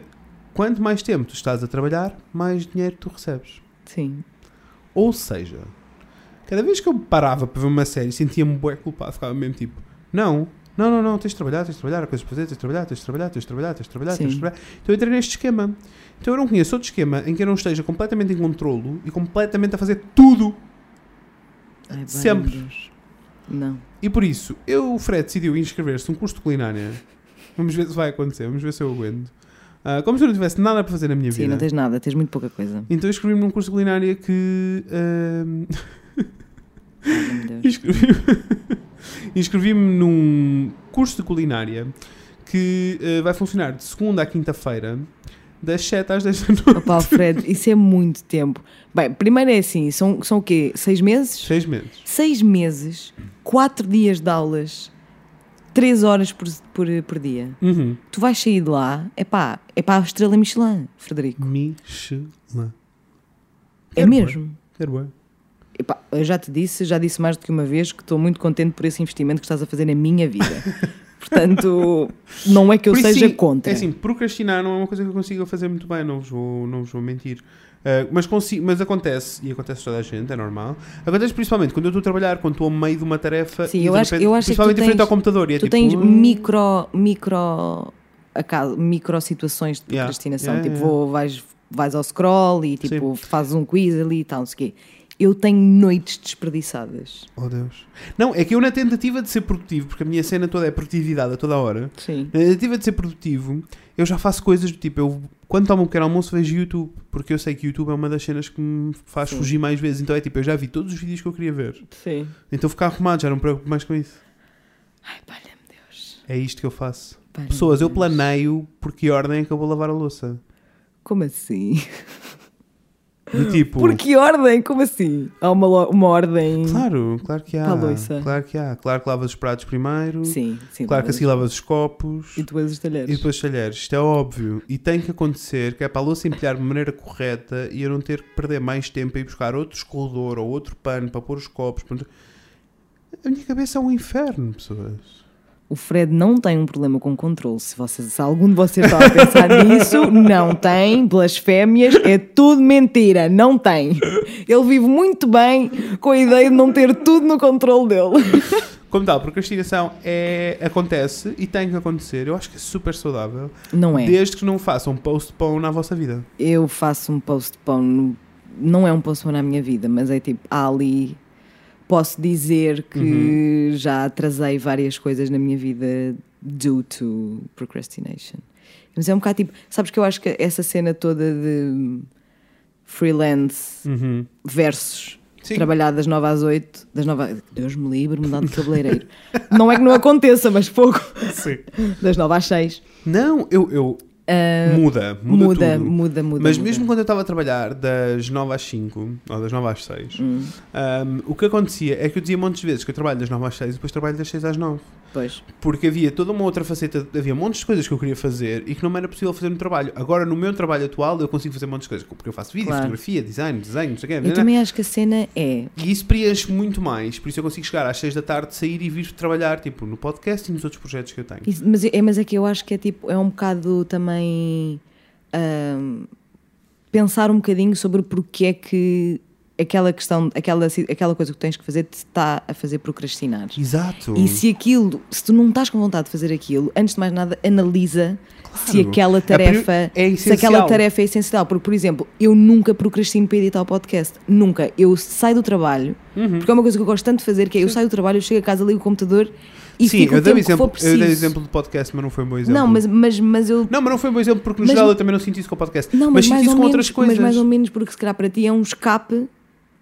A: quanto mais tempo tu estás a trabalhar, mais dinheiro tu recebes.
B: Sim.
A: Ou seja, cada vez que eu parava para ver uma série, sentia-me bué culpado, ficava mesmo tipo, não, não, não, não, tens de trabalhar, tens de trabalhar, há coisas para fazer, tens de trabalhar, tens de trabalhar, tens de trabalhar, tens de trabalhar, tens de
B: Sim.
A: trabalhar. Então eu entrei neste esquema. Então eu não conheço outro esquema em que eu não esteja completamente em controlo e completamente a fazer tudo.
B: Ai, vai,
A: Sempre.
B: meu Deus. Não.
A: E por isso, eu, o Fred decidiu inscrever-se num curso de culinária. Vamos ver se vai acontecer, vamos ver se eu aguento. Ah, como se eu não tivesse nada para fazer na minha
B: Sim,
A: vida.
B: não tens nada, tens muito pouca coisa.
A: Então eu inscrevi-me num curso de culinária que ah,
B: Ai, meu Deus.
A: Inscrevi-me inscrevi-me num curso de culinária que eh, vai funcionar de segunda à quinta-feira, das 7 às 10 da noite.
B: Opa, Alfredo, isso é muito tempo. Bem, primeiro é assim, são, são o quê? Seis meses?
A: 6 meses.
B: Seis meses, quatro dias de aulas, três horas por, por, por dia.
A: Uhum.
B: Tu vais sair de lá, é pá, é pá, a estrela Michelin, Frederico.
A: Michelin.
B: É
A: Quero bué.
B: mesmo.
A: Quero bué.
B: Epá, eu já te disse, já disse mais do que uma vez que estou muito contente por esse investimento que estás a fazer na minha vida. Portanto, não é que eu
A: Por isso,
B: seja
A: sim,
B: contra.
A: É assim, procrastinar não é uma coisa que eu consiga fazer muito bem, não vos vou, não vos vou mentir. Ah, mas, consigo, mas acontece, e acontece a toda a gente, é normal. Acontece principalmente quando eu estou a trabalhar, quando estou a meio de uma tarefa,
B: Sim,
A: e de
B: eu acho-
A: repente-
B: eu acho é que tu
A: principalmente em frente
B: tens-
A: ao computador. E é
B: tu
A: tipo,
B: tens
A: "Ah,
B: micro, micro, acaso, micro situações de
A: Yeah,
B: procrastinação.
A: yeah,
B: tipo,
A: yeah.
B: Vou, vais, vais ao scroll e tipo, fazes um quiz ali e tal, não sei o quê. Eu tenho noites desperdiçadas.
A: Oh Deus. Não, é que eu na tentativa de ser produtivo, porque a minha cena toda é produtividade a toda a hora,
B: Sim.
A: na tentativa de ser produtivo, eu já faço coisas do tipo, eu quando tomo um pequeno almoço vejo YouTube, porque eu sei que YouTube é uma das cenas que me faz
B: Sim.
A: fugir mais vezes, então é tipo, eu já vi todos os vídeos que eu queria ver.
B: Sim.
A: Então ficar arrumado, já não me preocupo mais com isso.
B: Ai, palha-me Deus.
A: É isto que eu faço.
B: Palha-me
A: Pessoas, eu
B: Deus.
A: planeio por que ordem é que eu vou lavar a louça.
B: Como assim?
A: Do tipo.
B: Por que ordem? Como assim? Há uma, lo- uma ordem.
A: Claro, claro que há.
B: Para a louça.
A: Claro que há. Claro que lavas os pratos primeiro.
B: Sim, sim.
A: Claro que
B: depois-
A: assim lavas os copos.
B: E depois os talheres.
A: E depois talheres, isto é óbvio. E tem que acontecer, que é para a louça empilhar de maneira correta e eu não ter que perder mais tempo a ir buscar outro escorredor ou outro pano para pôr os copos. para- A minha cabeça é um inferno, pessoas.
B: O Fred não tem um problema com controle. Se, vocês, se algum de vocês está a pensar nisso, não tem. Blasfémias, é tudo mentira. Não tem. Ele vive muito bem com a ideia de não ter tudo no controle dele.
A: Como tal, procrastinação é... acontece e tem que acontecer. Eu acho que é super saudável.
B: Não é.
A: Desde que não façam postpone na vossa vida.
B: Eu faço um postpone. no- Não é um postpone na minha vida, mas é tipo, há ali. Posso dizer
A: Uhum.
B: que já atrasei várias coisas na minha vida due to procrastination. Mas é um bocado tipo. Sabes que eu acho que essa cena toda de freelance
A: Uhum.
B: versus
A: Sim.
B: trabalhar das 9 às 8, das 9 às... Deus me livre, mudar de cabeleireiro. não é que não aconteça, mas pouco.
A: Sim.
B: Das 9 às 6.
A: Não, eu. eu... muda, muda,
B: Ah, Muda, muda,
A: tudo.
B: muda.
A: Mas
B: muda.
A: mesmo quando eu estava a trabalhar das 9 às 5, ou das 9 às 6,
B: Hum.
A: um, o que acontecia é que eu dizia montes de vezes que eu trabalho das 9 às 6 e depois trabalho das 6 às 9.
B: Pois.
A: Porque havia toda uma outra faceta, havia montes de coisas que eu queria fazer e que não me era possível fazer no trabalho. Agora, no meu trabalho atual, eu consigo fazer montes de coisas, porque eu faço vídeo,
B: Claro.
A: fotografia, design, desenho, não sei o quê.
B: Eu também acho que a cena é.
A: E isso preenche muito mais, por isso eu consigo chegar às 6 da tarde, sair e vir trabalhar, tipo, no podcast e nos outros projetos que eu tenho.
B: Isso- mas, é mas é que eu acho que é tipo. É um bocado também. ahm, pensar um bocadinho sobre porque é que aquela questão, aquela, ci- aquela coisa que tens que fazer te está a fazer procrastinar.
A: Exato.
B: E se aquilo, se tu não estás com vontade de fazer aquilo, antes de mais nada, analisa se aquela
A: A priori-
B: tarefa
A: é
B: se aquela
A: essencial.
B: tarefa é essencial. Porque, por exemplo, eu nunca procrastino para editar o podcast. Nunca. Eu saio do trabalho,
A: Uhum.
B: porque é uma coisa que eu gosto tanto de fazer, que é eu saio do trabalho, eu chego a casa, ligo o computador e
A: Sim,
B: fico o
A: eu dei,
B: tempo
A: o
B: que for
A: exemplo,
B: preciso.
A: eu dei o exemplo do podcast, mas não foi um bom exemplo.
B: não, mas, mas, mas eu
A: Não, mas não foi um bom exemplo porque no
B: Mas-
A: geral eu também não sinto isso com o podcast.
B: não,
A: mas
B: mas,
A: sinto
B: mais
A: isso
B: ou
A: com
B: menos,
A: outras coisas.
B: mas mais ou menos porque se calhar para ti é um escape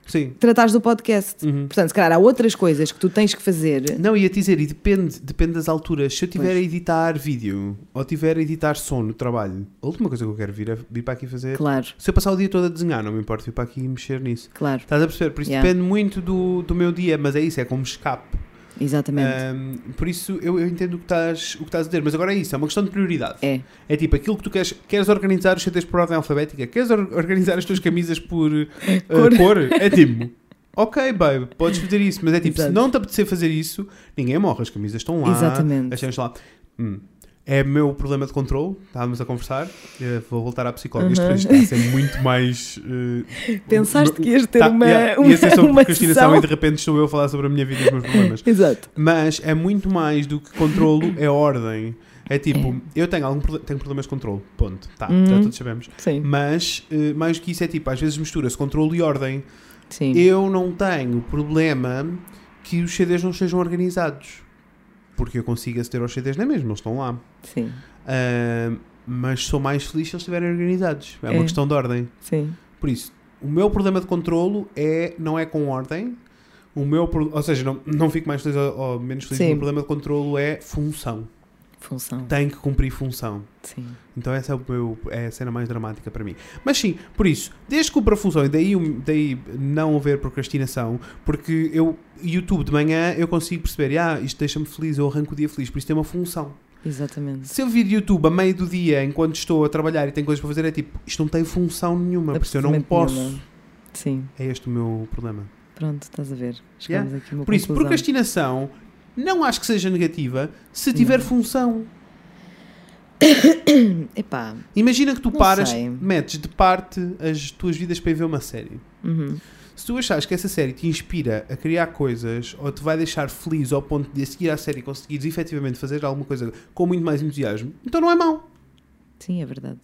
A: Sim.
B: tratares do podcast.
A: Uhum.
B: Portanto, se calhar há outras coisas que tu tens que fazer.
A: Não, ia dizer, e depende, depende das alturas. Se eu estiver a editar vídeo ou estiver a editar som no trabalho, a última coisa que eu quero vir é vir para aqui fazer.
B: Claro,
A: Se eu passar o dia todo a desenhar, não me importa vir para aqui e mexer nisso.
B: claro,
A: Estás a perceber? Por isso
B: Yeah.
A: depende muito do, do meu dia, mas é isso, é como escape.
B: exatamente.
A: Ah. Ahm, por isso eu, eu entendo o que, estás, o que estás a dizer, mas agora é isso, é uma questão de prioridade.
B: É.
A: É tipo aquilo que tu queres, queres organizar os CTs por ordem alfabética, queres or- organizar as tuas camisas por eh,
B: Cor.
A: cor. é tipo. Ok, babe, podes fazer isso, mas é tipo,
B: Exato.
A: se não te apetecer fazer isso, ninguém morre, as camisas estão lá,
B: Exatamente.
A: as cenas estão lá. Hum. É meu problema de controle, estávamos a conversar, eh, vou voltar à psicóloga, isto
B: Uhum.
A: está a ser muito mais... eh,
B: Pensaste
A: o-
B: que ias ter
A: tá,
B: uma,
A: yeah,
B: uma,
A: ia ser sobre
B: uma
A: procrastinação
B: sessão.
A: e de repente estou eu a falar sobre a minha vida e os meus problemas.
B: Exato.
A: Mas é muito mais do que controlo, é ordem. É tipo, eu tenho, algum, prole- tenho problemas de controlo, ponto. Tá, já
B: Uhum.
A: todos sabemos.
B: Sim,
A: Mas, eh, mais do que isso, é tipo, às vezes mistura-se controlo e ordem.
B: sim.
A: Eu não tenho problema que os CDs não sejam organizados. Porque eu consigo aceder aos CDs na mesma, eles estão lá.
B: Sim,
A: Ah, mas sou mais feliz se eles estiverem organizados. É,
B: É.
A: uma questão de ordem.
B: sim.
A: Por isso, o meu problema de controlo é, não é com ordem. O meu, pro- ou seja, não, não fico mais feliz ou, ou menos feliz.
B: Sim.
A: O meu problema de controlo é função.
B: Função.
A: Tem que cumprir função.
B: Sim.
A: Então essa é, o meu, é a cena mais dramática para mim. Mas sim, por isso, desde que cumpra a função, e daí, o- daí não haver procrastinação, porque eu, YouTube de manhã, eu consigo perceber, ah, isto deixa-me feliz, eu arranco o dia feliz, por isso tem uma função.
B: Exatamente.
A: Se eu vir YouTube a meio do dia, enquanto estou a trabalhar e tenho coisas para fazer, é tipo, isto não tem função nenhuma, por isso eu não
B: Absolutamente
A: posso.
B: nenhuma. Sim,
A: É este o meu problema.
B: pronto, estás a ver. Chegamos aqui a uma
A: Por isso,
B: conclusão.
A: procrastinação não acho que seja negativa se tiver função.
B: Epá,
A: Imagina que tu
B: Não
A: paras,
B: sei.
A: metes de parte as tuas vidas para ir ver uma série.
B: uhum.
A: Se tu achares que essa série te inspira a criar coisas ou te vai deixar feliz ao ponto de a seguir à série conseguires efetivamente fazer alguma coisa com muito mais entusiasmo, então não é mau.
B: sim, é verdade.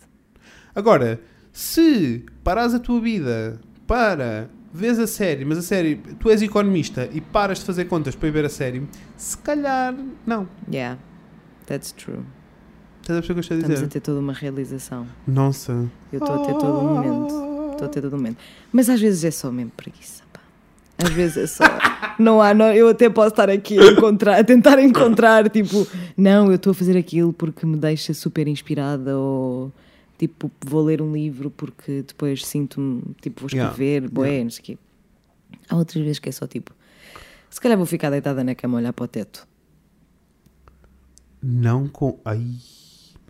A: Agora, se parares a tua vida para vês a série, mas a série, tu és economista e paras de fazer contas para ir ver a série, se calhar não.
B: Yeah, that's true.
A: Estás a perceber o que eu estou a dizer?
B: Estamos a ter toda uma realização.
A: Nossa.
B: Eu estou a ter todo
A: Oh.
B: um momento. Estou a ter todo um momento. Mas às vezes é só mesmo preguiça, pá. Às vezes é só. Não há, não- eu até posso estar aqui a, encontrar- a tentar encontrar, tipo, não, eu estou a fazer aquilo porque me deixa super inspirada ou tipo, vou ler um livro porque depois sinto-me, tipo, vou
A: Yeah.
B: escrever, boé, não sei o quê. Há outras vezes que é só tipo, se calhar vou ficar deitada na cama a olhar para o teto.
A: Não com. Ai,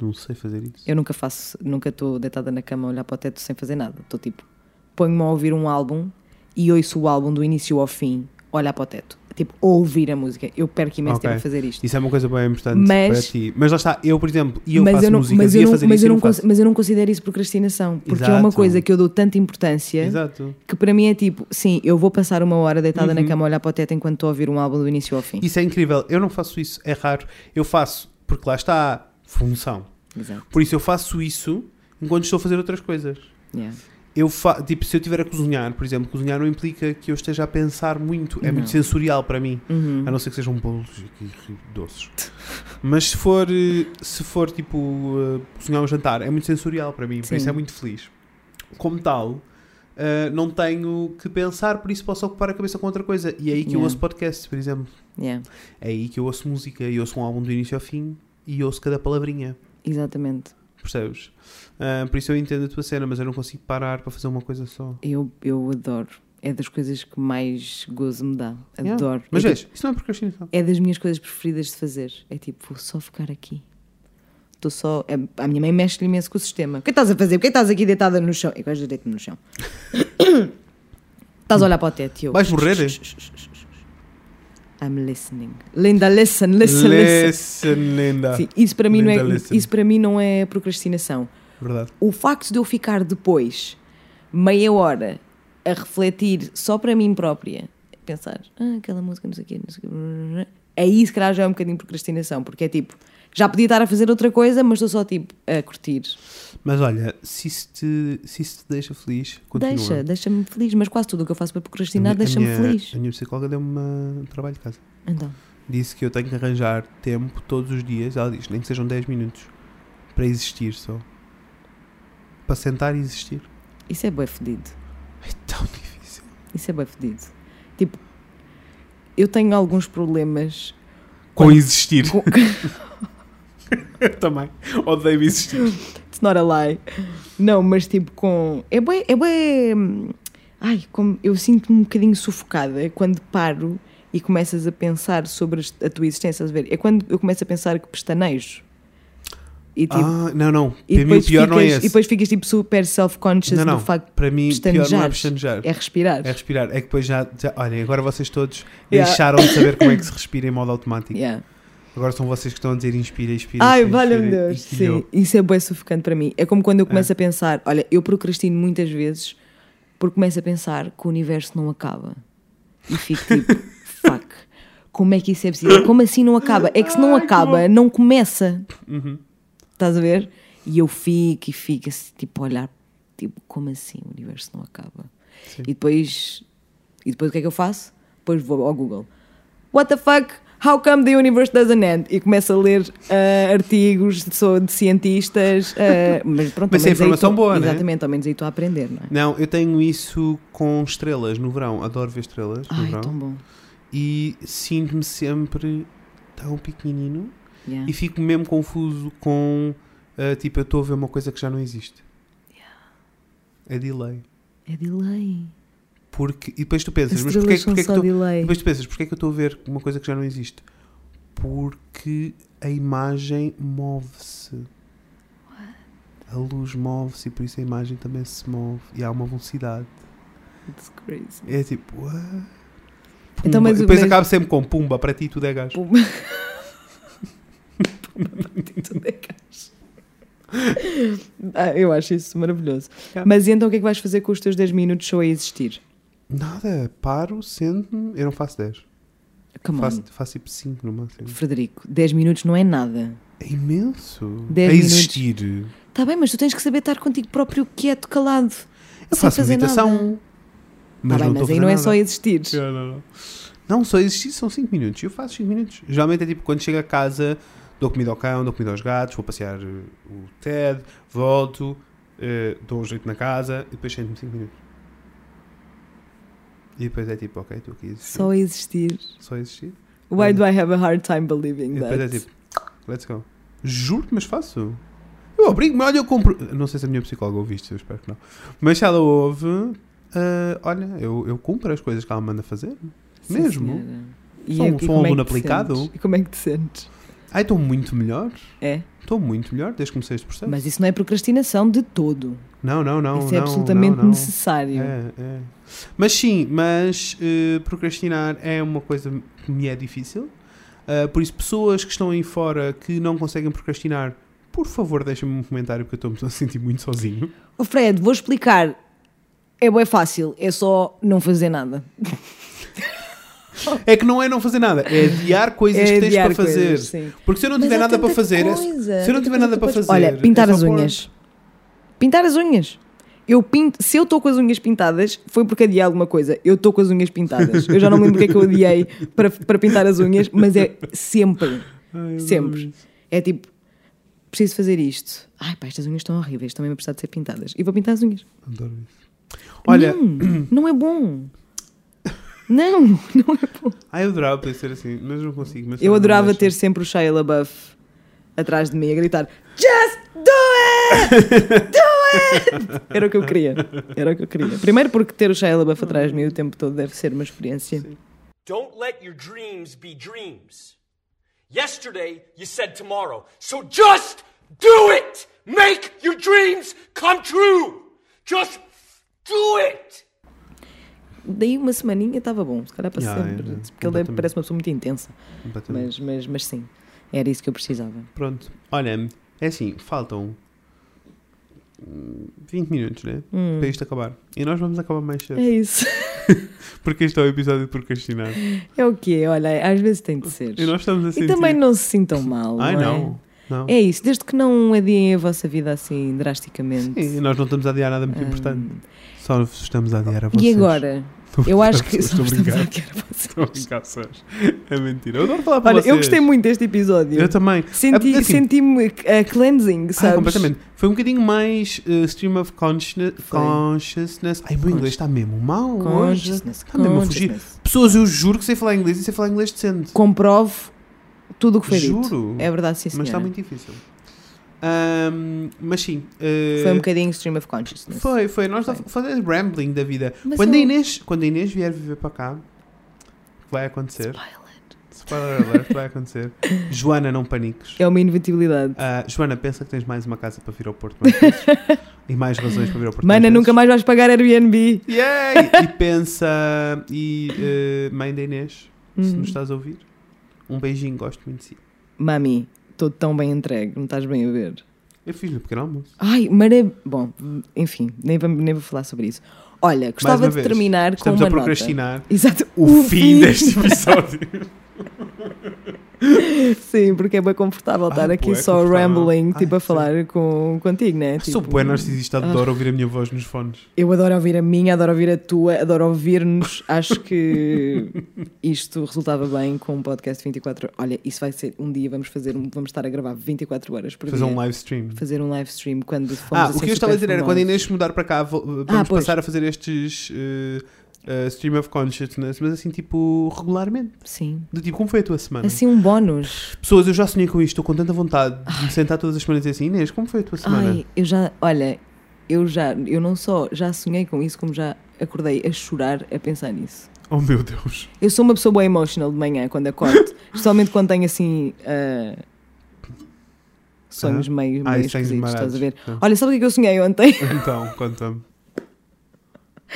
A: não sei fazer isso.
B: Eu nunca faço, nunca estou deitada na cama a olhar para o teto sem fazer nada. Estou tipo, ponho-me a ouvir um álbum e ouço o álbum do início ao fim, olhar para o teto. Tipo, ouvir a música. Eu perco imenso
A: Ok.
B: tempo a fazer isto.
A: Isso é uma coisa bem importante
B: Mas-
A: para ti. Mas lá está, eu, por exemplo, e eu faço
B: eu não,
A: músicas
B: mas
A: e
B: eu
A: ia
B: não,
A: fazer
B: mas
A: isso
B: eu
A: e
B: não,
A: não
B: cons-
A: faço.
B: mas eu não considero isso procrastinação, porque é uma
A: Exato.
B: coisa que eu dou tanta importância
A: Exato.
B: que para mim é tipo, sim, eu vou passar uma hora deitada
A: Uhum.
B: na cama a olhar para o teto enquanto estou a ouvir um álbum do início ao fim.
A: Isso é incrível. Eu não faço isso, é raro. Eu faço, porque lá está, função.
B: Exato.
A: Por isso eu faço isso enquanto estou a fazer outras coisas.
B: Yeah.
A: eu fa tipo, se eu estiver a cozinhar, por exemplo, cozinhar não implica que eu esteja a pensar muito, é
B: Não.
A: muito sensorial para mim.
B: Uhum.
A: A não ser que sejam bolos e- e e doces. Mas se for, eh, se for tipo, eh, cozinhar um jantar, é muito sensorial para mim, por
B: Sim.
A: isso é muito feliz. Como tal, eh, não tenho que pensar, por isso posso ocupar a cabeça com outra coisa. E é aí que eu
B: Yeah.
A: ouço podcasts, por exemplo.
B: Yeah,
A: É aí que eu ouço música, eu ouço um álbum do início ao fim e ouço cada palavrinha,
B: exatamente.
A: percebes? Ah, por isso eu entendo a tua cena, mas eu não consigo parar para fazer uma coisa só.
B: Eu, eu adoro. É das coisas que mais gozo me dá.
A: Yeah.
B: Adoro.
A: Mas
B: é,
A: vês, isso não é procrastinação.
B: tipo- é das minhas coisas preferidas de fazer. É tipo, vou só ficar aqui. Estou só. é- a minha mãe mexe-lhe imenso com o sistema. O que é que estás a fazer? Por que é que estás aqui deitada no chão? Eu gosto de deitar-me no chão. estás a olhar para o teto, e eu.
A: Vais morrer?
B: I'm listening. Linda, listen, listen, listen.
A: Listen, linda.
B: Sim, isso, para mim não é,
A: Linda, listen.
B: isso para mim não é procrastinação.
A: Verdade.
B: o facto de eu ficar depois meia hora a refletir só para mim própria, pensar, ah, aquela música, não sei o quê, não sei o quê, brrr", aí se calhar já é um bocadinho procrastinação, porque é tipo, já podia estar a fazer outra coisa, mas estou só tipo a curtir.
A: Mas olha, se isso te, se isso te deixa feliz, continua.
B: Deixa, deixa-me feliz, mas quase tudo o que eu faço para
A: A minha-
B: procrastinar
A: a
B: deixa-me
A: minha-
B: feliz.
A: A minha psicóloga deu-me uma- um trabalho de casa.
B: Então,
A: Disse que eu tenho que arranjar tempo todos os dias, ela diz, nem que sejam 10 minutos, para existir só. Para sentar e existir.
B: isso é bem fedido.
A: É tão difícil.
B: Isso é bem fedido. Tipo, eu tenho alguns problemas
A: Com existir.
B: com,
A: Eu também. Odeio existir.
B: It's not a lie. Não, mas tipo com. É bem. É bué, hum, Ai, como eu sinto-me um bocadinho sufocada quando paro e começas a pensar sobre as- a tua existência. estás a ver? É quando eu começo a pensar que pestanejo. E tipo.
A: Ah, não, não.
B: e
A: Para mim o pior
B: ficas,
A: não é esse.
B: E depois ficas tipo super self-conscious
A: Não, não.
B: do facto
A: Para mim o pior não é
B: pestanejar.
A: pestanejar.
B: é respirar.
A: É respirar. É que depois já, já. Olha, agora vocês todos
B: Yeah.
A: deixaram de saber como é que se respira em modo automático.
B: Yeah.
A: Agora são vocês que estão a dizer inspira, inspira.
B: Ai,
A: inspira,
B: valha-me
A: inspira,
B: Deus.
A: e que eu-
B: Sim, é isso é bem sufocante para mim. É como quando eu começo a pensar, olha, eu procrastino muitas vezes porque começo a pensar que o universo não acaba. E fico tipo, fuck, como é que isso é possível? Como assim não acaba? É que se não acaba, não começa. Estás a ver? E eu fico e fico assim, tipo, a olhar, tipo, como assim o universo não acaba? E depois, e depois o que é que eu faço? Depois vou ao Google. What the fuck? How come the universe doesn't end? E começo a ler ah, artigos de, sou de cientistas. ah, mas pronto,
A: Mas é
B: ao menos aí
A: informação
B: tô-
A: boa, né?
B: Exatamente, ao menos aí estou a aprender, não é?
A: Não, eu tenho isso com estrelas no verão. Adoro ver estrelas no
B: Ai,
A: verão.
B: tão bom.
A: E sinto-me sempre tão pequenino.
B: Yeah.
A: E fico mesmo confuso com. ah, tipo, eu estou a ver uma coisa que já não existe. É delay.
B: É delay.
A: Porque, e depois tu pensas,
B: As
A: mas porquê,
B: estrelas são
A: porquê, que
B: só
A: tu,
B: delay.
A: depois tu pensas, porquê é que eu estou a ver uma coisa que já não existe? Porque a imagem move-se. A luz move-se e por isso a imagem também se move. E há uma velocidade.
B: It's crazy.
A: É tipo. "What?" Pumba.
B: Então, mas
A: E
B: o-
A: depois
B: mas-
A: acaba sempre com pumba, para ti tudo é gás.
B: Pumba. Tudo é caixa. Ah, eu acho isso maravilhoso.
A: Yeah.
B: Mas e então o que é que vais fazer com os teus 10 minutos só a existir?
A: Nada, paro, sento-me. Eu não faço 10.
B: Come on.
A: Faço, faço tipo 5 no máximo.
B: Frederico, 10 minutos não é nada.
A: É imenso.
B: Dez
A: a existir.
B: Está bem, mas tu tens que saber estar contigo próprio quieto, calado.
A: Eu
B: sem
A: faço
B: fazer nada.
A: meditação.
B: Tá bem,
A: estou a
B: mas aí
A: fazer
B: não é
A: nada.
B: só existir.
A: Não, só existir são 5 minutos. Eu faço 5 minutos. Geralmente é tipo quando chego a casa, dou comida ao cão, dou comida aos gatos, vou passear eh, o Ted, volto, eh, dou um jeito na casa e depois sento-me 5 minutos. E depois é tipo, ok, estou aqui a existir.
B: Só existir.
A: Só existir.
B: Why do I have a hard time believing
A: E
B: that?
A: depois é tipo, let's go. Juro-te, mas faço. Eu obrigo-me, olha, eu compro. Não sei se a minha psicóloga ouve isto, eu espero que não. Mas se ela ouve, eh, olha, eu, eu cumpro as coisas que ela manda fazer.
B: Sim,
A: mesmo?
B: senhora. E
A: Sou
B: é-
A: um-
B: e
A: sou um
B: como é que
A: aluno
B: te
A: aplicado?
B: sentes? E como é que te sentes?
A: Ai, estou muito melhor.
B: É,
A: Estou muito melhor desde que comecei este processo.
B: mas isso não é procrastinação de todo.
A: Não, não, Então. não.
B: isso é
A: não,
B: absolutamente
A: não, não.
B: necessário.
A: É, é. Mas sim, mas eh, procrastinar é uma coisa que me é difícil. Ah, por isso, pessoas que estão aí fora que não conseguem procrastinar, por favor, deixem-me um comentário porque eu estou-me a sentir muito sozinho.
B: Ô Fred, vou explicar. É bem fácil, é só não fazer nada.
A: É que não é não fazer nada, é adiar coisas
B: Oh. é
A: que tens
B: adiar
A: para fazer.
B: coisas, sim.
A: Porque se eu não tiver
B: Mas há
A: nada para
B: tanta
A: fazer, é-
B: coisa,
A: se eu não
B: tanta
A: tiver
B: coisa
A: nada é para
B: que podes-
A: fazer,
B: Olha, pintar
A: é só
B: as
A: pôr.
B: unhas. Pintar as unhas. Eu pinto, se eu estou com as unhas pintadas, foi porque adiei alguma coisa. Eu estou com as unhas pintadas. Eu já não me lembro o que é que eu adiei para, para pintar as unhas, mas é sempre. Sempre. É tipo, preciso fazer isto. Ai, pá, estas unhas estão horríveis, também me precisar de ser pintadas. E vou pintar as unhas.
A: Adoro isso. Olha,
B: Não, não é bom. Não, não é bom.
A: ah, eu adorava poder ser assim, mas não consigo. Mas também
B: Eu
A: não
B: adorava
A: deixo.
B: ter sempre o Shia LaBeouf atrás de mim a gritar Just do it! Do it! Era o que eu queria. Era o que eu queria. Primeiro porque ter o Shia LaBeouf atrás de mim o tempo todo deve ser uma experiência.
E: Don't let your dreams be dreams. Yesterday, you said tomorrow. So just do it! Make your dreams come true! Just do it!
B: Daí uma semaninha estava bom, se calhar para
A: Yeah,
B: sempre.
A: yeah,
B: porque ele
A: completamente.
B: parece uma pessoa muito intensa.
A: Completamente.
B: Mas, mas, mas sim, era isso que eu precisava.
A: Pronto. Olha, é assim, faltam hum, 20 minutos, né? Para isto acabar. E nós vamos acabar mais cedo.
B: Hum, É isso.
A: Porque este é o episódio de procrastinar.
B: É o quê? Olha, às vezes tem de ser.
A: E nós estamos a
B: E
A: sentir...
B: também não se sintam mal.
A: Ai,
B: é?
A: não. Não.
B: É isso, desde que não adiem a vossa vida assim drasticamente.
A: Sim, nós não estamos a adiar nada muito importante. Só vos estamos a adiar a vocês.
B: Ah. E agora?
A: Estou a
B: Eu
A: brincar,
B: acho que
A: pessoas,
B: só
A: Estou a
B: estamos
A: brincar.
B: a querer vocês.
A: Estou a brincar, pessoas. É mentira. Eu adoro falar para
B: Olha,
A: vocês.
B: eu gostei muito deste episódio.
A: Eu também.
B: Senti-
A: É, assim,
B: Senti-me a cleansing,
A: Ah,
B: sabes?
A: completamente. Foi um bocadinho mais eh, stream of consciousness.
B: Foi.
A: consciousness. Ai, o meu inglês está mesmo mal. hoje.
B: Consciousness,
A: Está mesmo a fugir.
B: consciousness.
A: Pessoas, eu juro que sei falar inglês e sei falar inglês decente.
B: Comprovo tudo o que foi
A: Juro.
B: dito. É verdade, sim, senhora.
A: mas está muito difícil. Ahm, mas sim. eh,
B: Foi um bocadinho stream of consciousness.
A: Foi, foi. Nós
B: Foi.
A: estamos a fazer rambling da vida.
B: Mas é um-
A: Quando, a
B: eu-
A: Inês, quando a Inês vier viver para cá, que vai acontecer. Spoiler alert, vai acontecer. Joana, não paniques.
B: É uma inevitabilidade.
A: Ah, Joana, pensa que tens mais uma casa para vir ao Porto mais vezes. e mais razões para vir ao Porto
B: Mana,
A: mais
B: nunca
A: vezes.
B: mais vais pagar Airbnb.
A: Yay! e pensa. E eh, mãe da Inês, se
B: Uhum. Hum.
A: nos estás a ouvir, um beijinho, gosto muito de si.
B: Mami, estou tão bem entregue, não estás bem a ver?
A: Eu fiz no pequeno almoço.
B: Ai, maravilha. Bom, enfim, nem vamos, nem vou falar sobre isso. Olha,
A: Mais uma
B: gostava de
A: vez,
B: terminar com
A: Estamos
B: uma
A: a
B: nota.
A: procrastinar
B: Exato. um
A: o, fim deste episódio.
B: Sim, porque é bem confortável
A: Ah,
B: estar aqui
A: bué
B: só
A: confortável.
B: rambling,
A: Ai,
B: tipo a
A: sim. Ah,
B: falar com, contigo, né?
A: Sou
B: Tipo,
A: bué narcisista, adoro ouvir a minha voz nos fones.
B: Eu adoro ouvir a minha, adoro ouvir a tua, adoro ouvir-nos. Acho que isto resultava bem com um podcast 24 Olha, isso vai ser um dia, vamos fazer, um- vamos estar a gravar 24 horas por
A: Fazer
B: dia.
A: um live stream.
B: Fazer um live stream quando formos
A: Ah, o
B: assim
A: que eu estava a
B: super
A: dizer era quando a
B: famosos.
A: Inês se mudar para cá, vo- vamos
B: Ah, pois.
A: passar a fazer estes eh, eh, stream of consciousness, mas assim, tipo, regularmente.
B: Sim.
A: Do tipo, como foi a tua semana?
B: Assim um bónus.
A: Pessoas, eu já sonhei com isto, estou com tanta vontade de me sentar todas as semanas e dizer assim, Inês, como foi a tua semana?
B: Ai, eu já, olha, eu já, eu não só já sonhei com isso, como já acordei a chorar a pensar nisso.
A: Oh meu Deus.
B: Eu sou uma pessoa bem emotional de manhã quando acordo, especialmente quando tenho assim ah, sonhos
A: Aham.
B: meio,
A: Ah,
B: meio
A: isso tens
B: esquisitos, estás
A: marados.
B: a ver?
A: Sim.
B: Olha, sabe o que é que eu sonhei ontem?
A: Então, conta-me.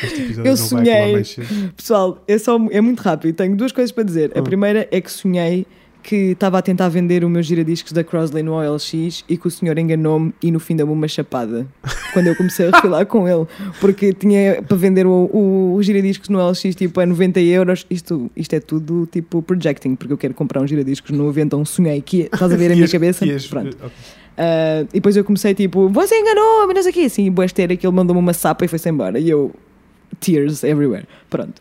A: Este episódio não
B: Eu
A: vai acabar
B: sonhei.
A: mais cedo.
B: Pessoal, é, só, é muito rápido, tenho duas coisas para dizer.
A: Hum.
B: A primeira é que sonhei que estava a tentar vender o meu giradiscos da Crosley no OLX e que o senhor enganou-me e no fim deu-me uma chapada quando eu comecei a refilar com ele porque tinha para vender o, o, o giradiscos no OLX tipo a 90 euros isto, isto é tudo tipo projecting porque eu quero comprar um giradiscos no então sonhei que estás a ver a minha
A: Ias-
B: cabeça?
A: ias-
B: Pronto.
A: eh, ok.
B: Ah, e depois eu comecei tipo, você enganou-me, não sei o quê. Assim, boesteira que ele mandou-me uma sapa e foi-se embora. E eu, tears everywhere. Pronto.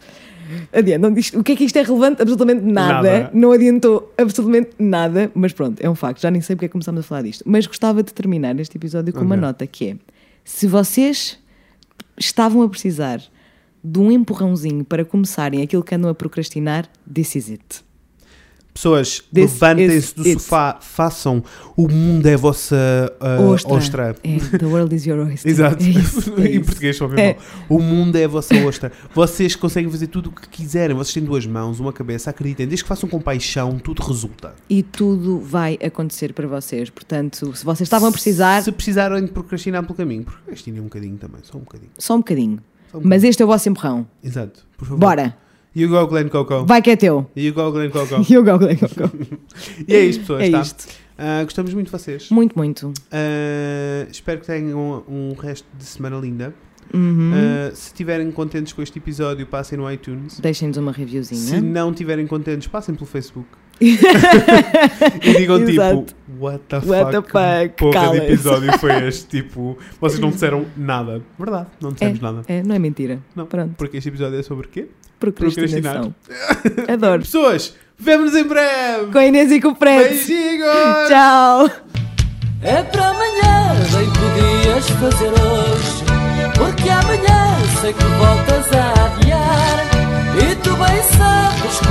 B: Adiante. Não, isto- o que é que isto é relevante? Absolutamente nada.
A: Nada.
B: Não adiantou absolutamente nada, mas pronto, é um facto. Já nem sei porque é que começámos a falar disto. Mas gostava de terminar este episódio com uma
A: Ok.
B: nota que é: se vocês estavam a precisar de um empurrãozinho para começarem aquilo que andam a procrastinar, this is it.
A: Pessoas,
B: This is
A: levantem-se do
B: it.
A: sofá, façam. O mundo é a vossa ah,
B: Ostra.
A: ostra.
B: É, the world is your oyster.
A: Exato.
B: É isso, é
A: em
B: isso.
A: português só
B: É.
A: mesmo. O mundo é a vossa ostra. Vocês conseguem fazer tudo o que quiserem. Vocês têm duas mãos, uma cabeça, acreditem. Desde que façam com paixão, tudo resulta.
B: e tudo vai acontecer para vocês. Portanto, se vocês estavam a Ah, precisar,
A: Se precisarem de procrastinar pelo caminho, procrastinem um bocadinho também, só um bocadinho.
B: só um bocadinho.
A: Só um
B: Mas este é o vosso empurrão.
A: Exato. Por favor.
B: Bora,
A: You go, Glenn Coco.
B: vai que é teu.
A: You go, Glenn Coco.
B: E eu go, go, go.
A: e é isto, pessoas.
B: É
A: tá?
B: isto.
A: Ah, gostamos
B: Hum.
A: muito de vocês.
B: Muito, muito.
A: Ah, espero que tenham um resto de semana linda.
B: Hum. Uhum.
A: Uh, se estiverem contentes com este episódio, passem no iTunes.
B: Deixem-nos uma
A: Se
B: reviewzinha.
A: não estiverem contentes, passem pelo Facebook. e digam
B: Exato.
A: tipo, what the
B: What the
A: fuck? que
B: fuck,
A: porra de
B: cala-se."
A: episódio foi este? tipo, vocês não disseram nada. Verdade, não dissemos nada.
B: É, não é mentira.
A: Não.
B: Pronto.
A: Porque este episódio é sobre quê?
B: Procrastinação. Adoro.
A: Pessoas, vemo-nos em breve!
B: Com a Inês e com o Fred.
A: Beijinhos!
B: Tchau.
E: É para amanhã, bem podias fazer hoje Porque amanhã sei que voltas a adiar E tu bem sabes que um Um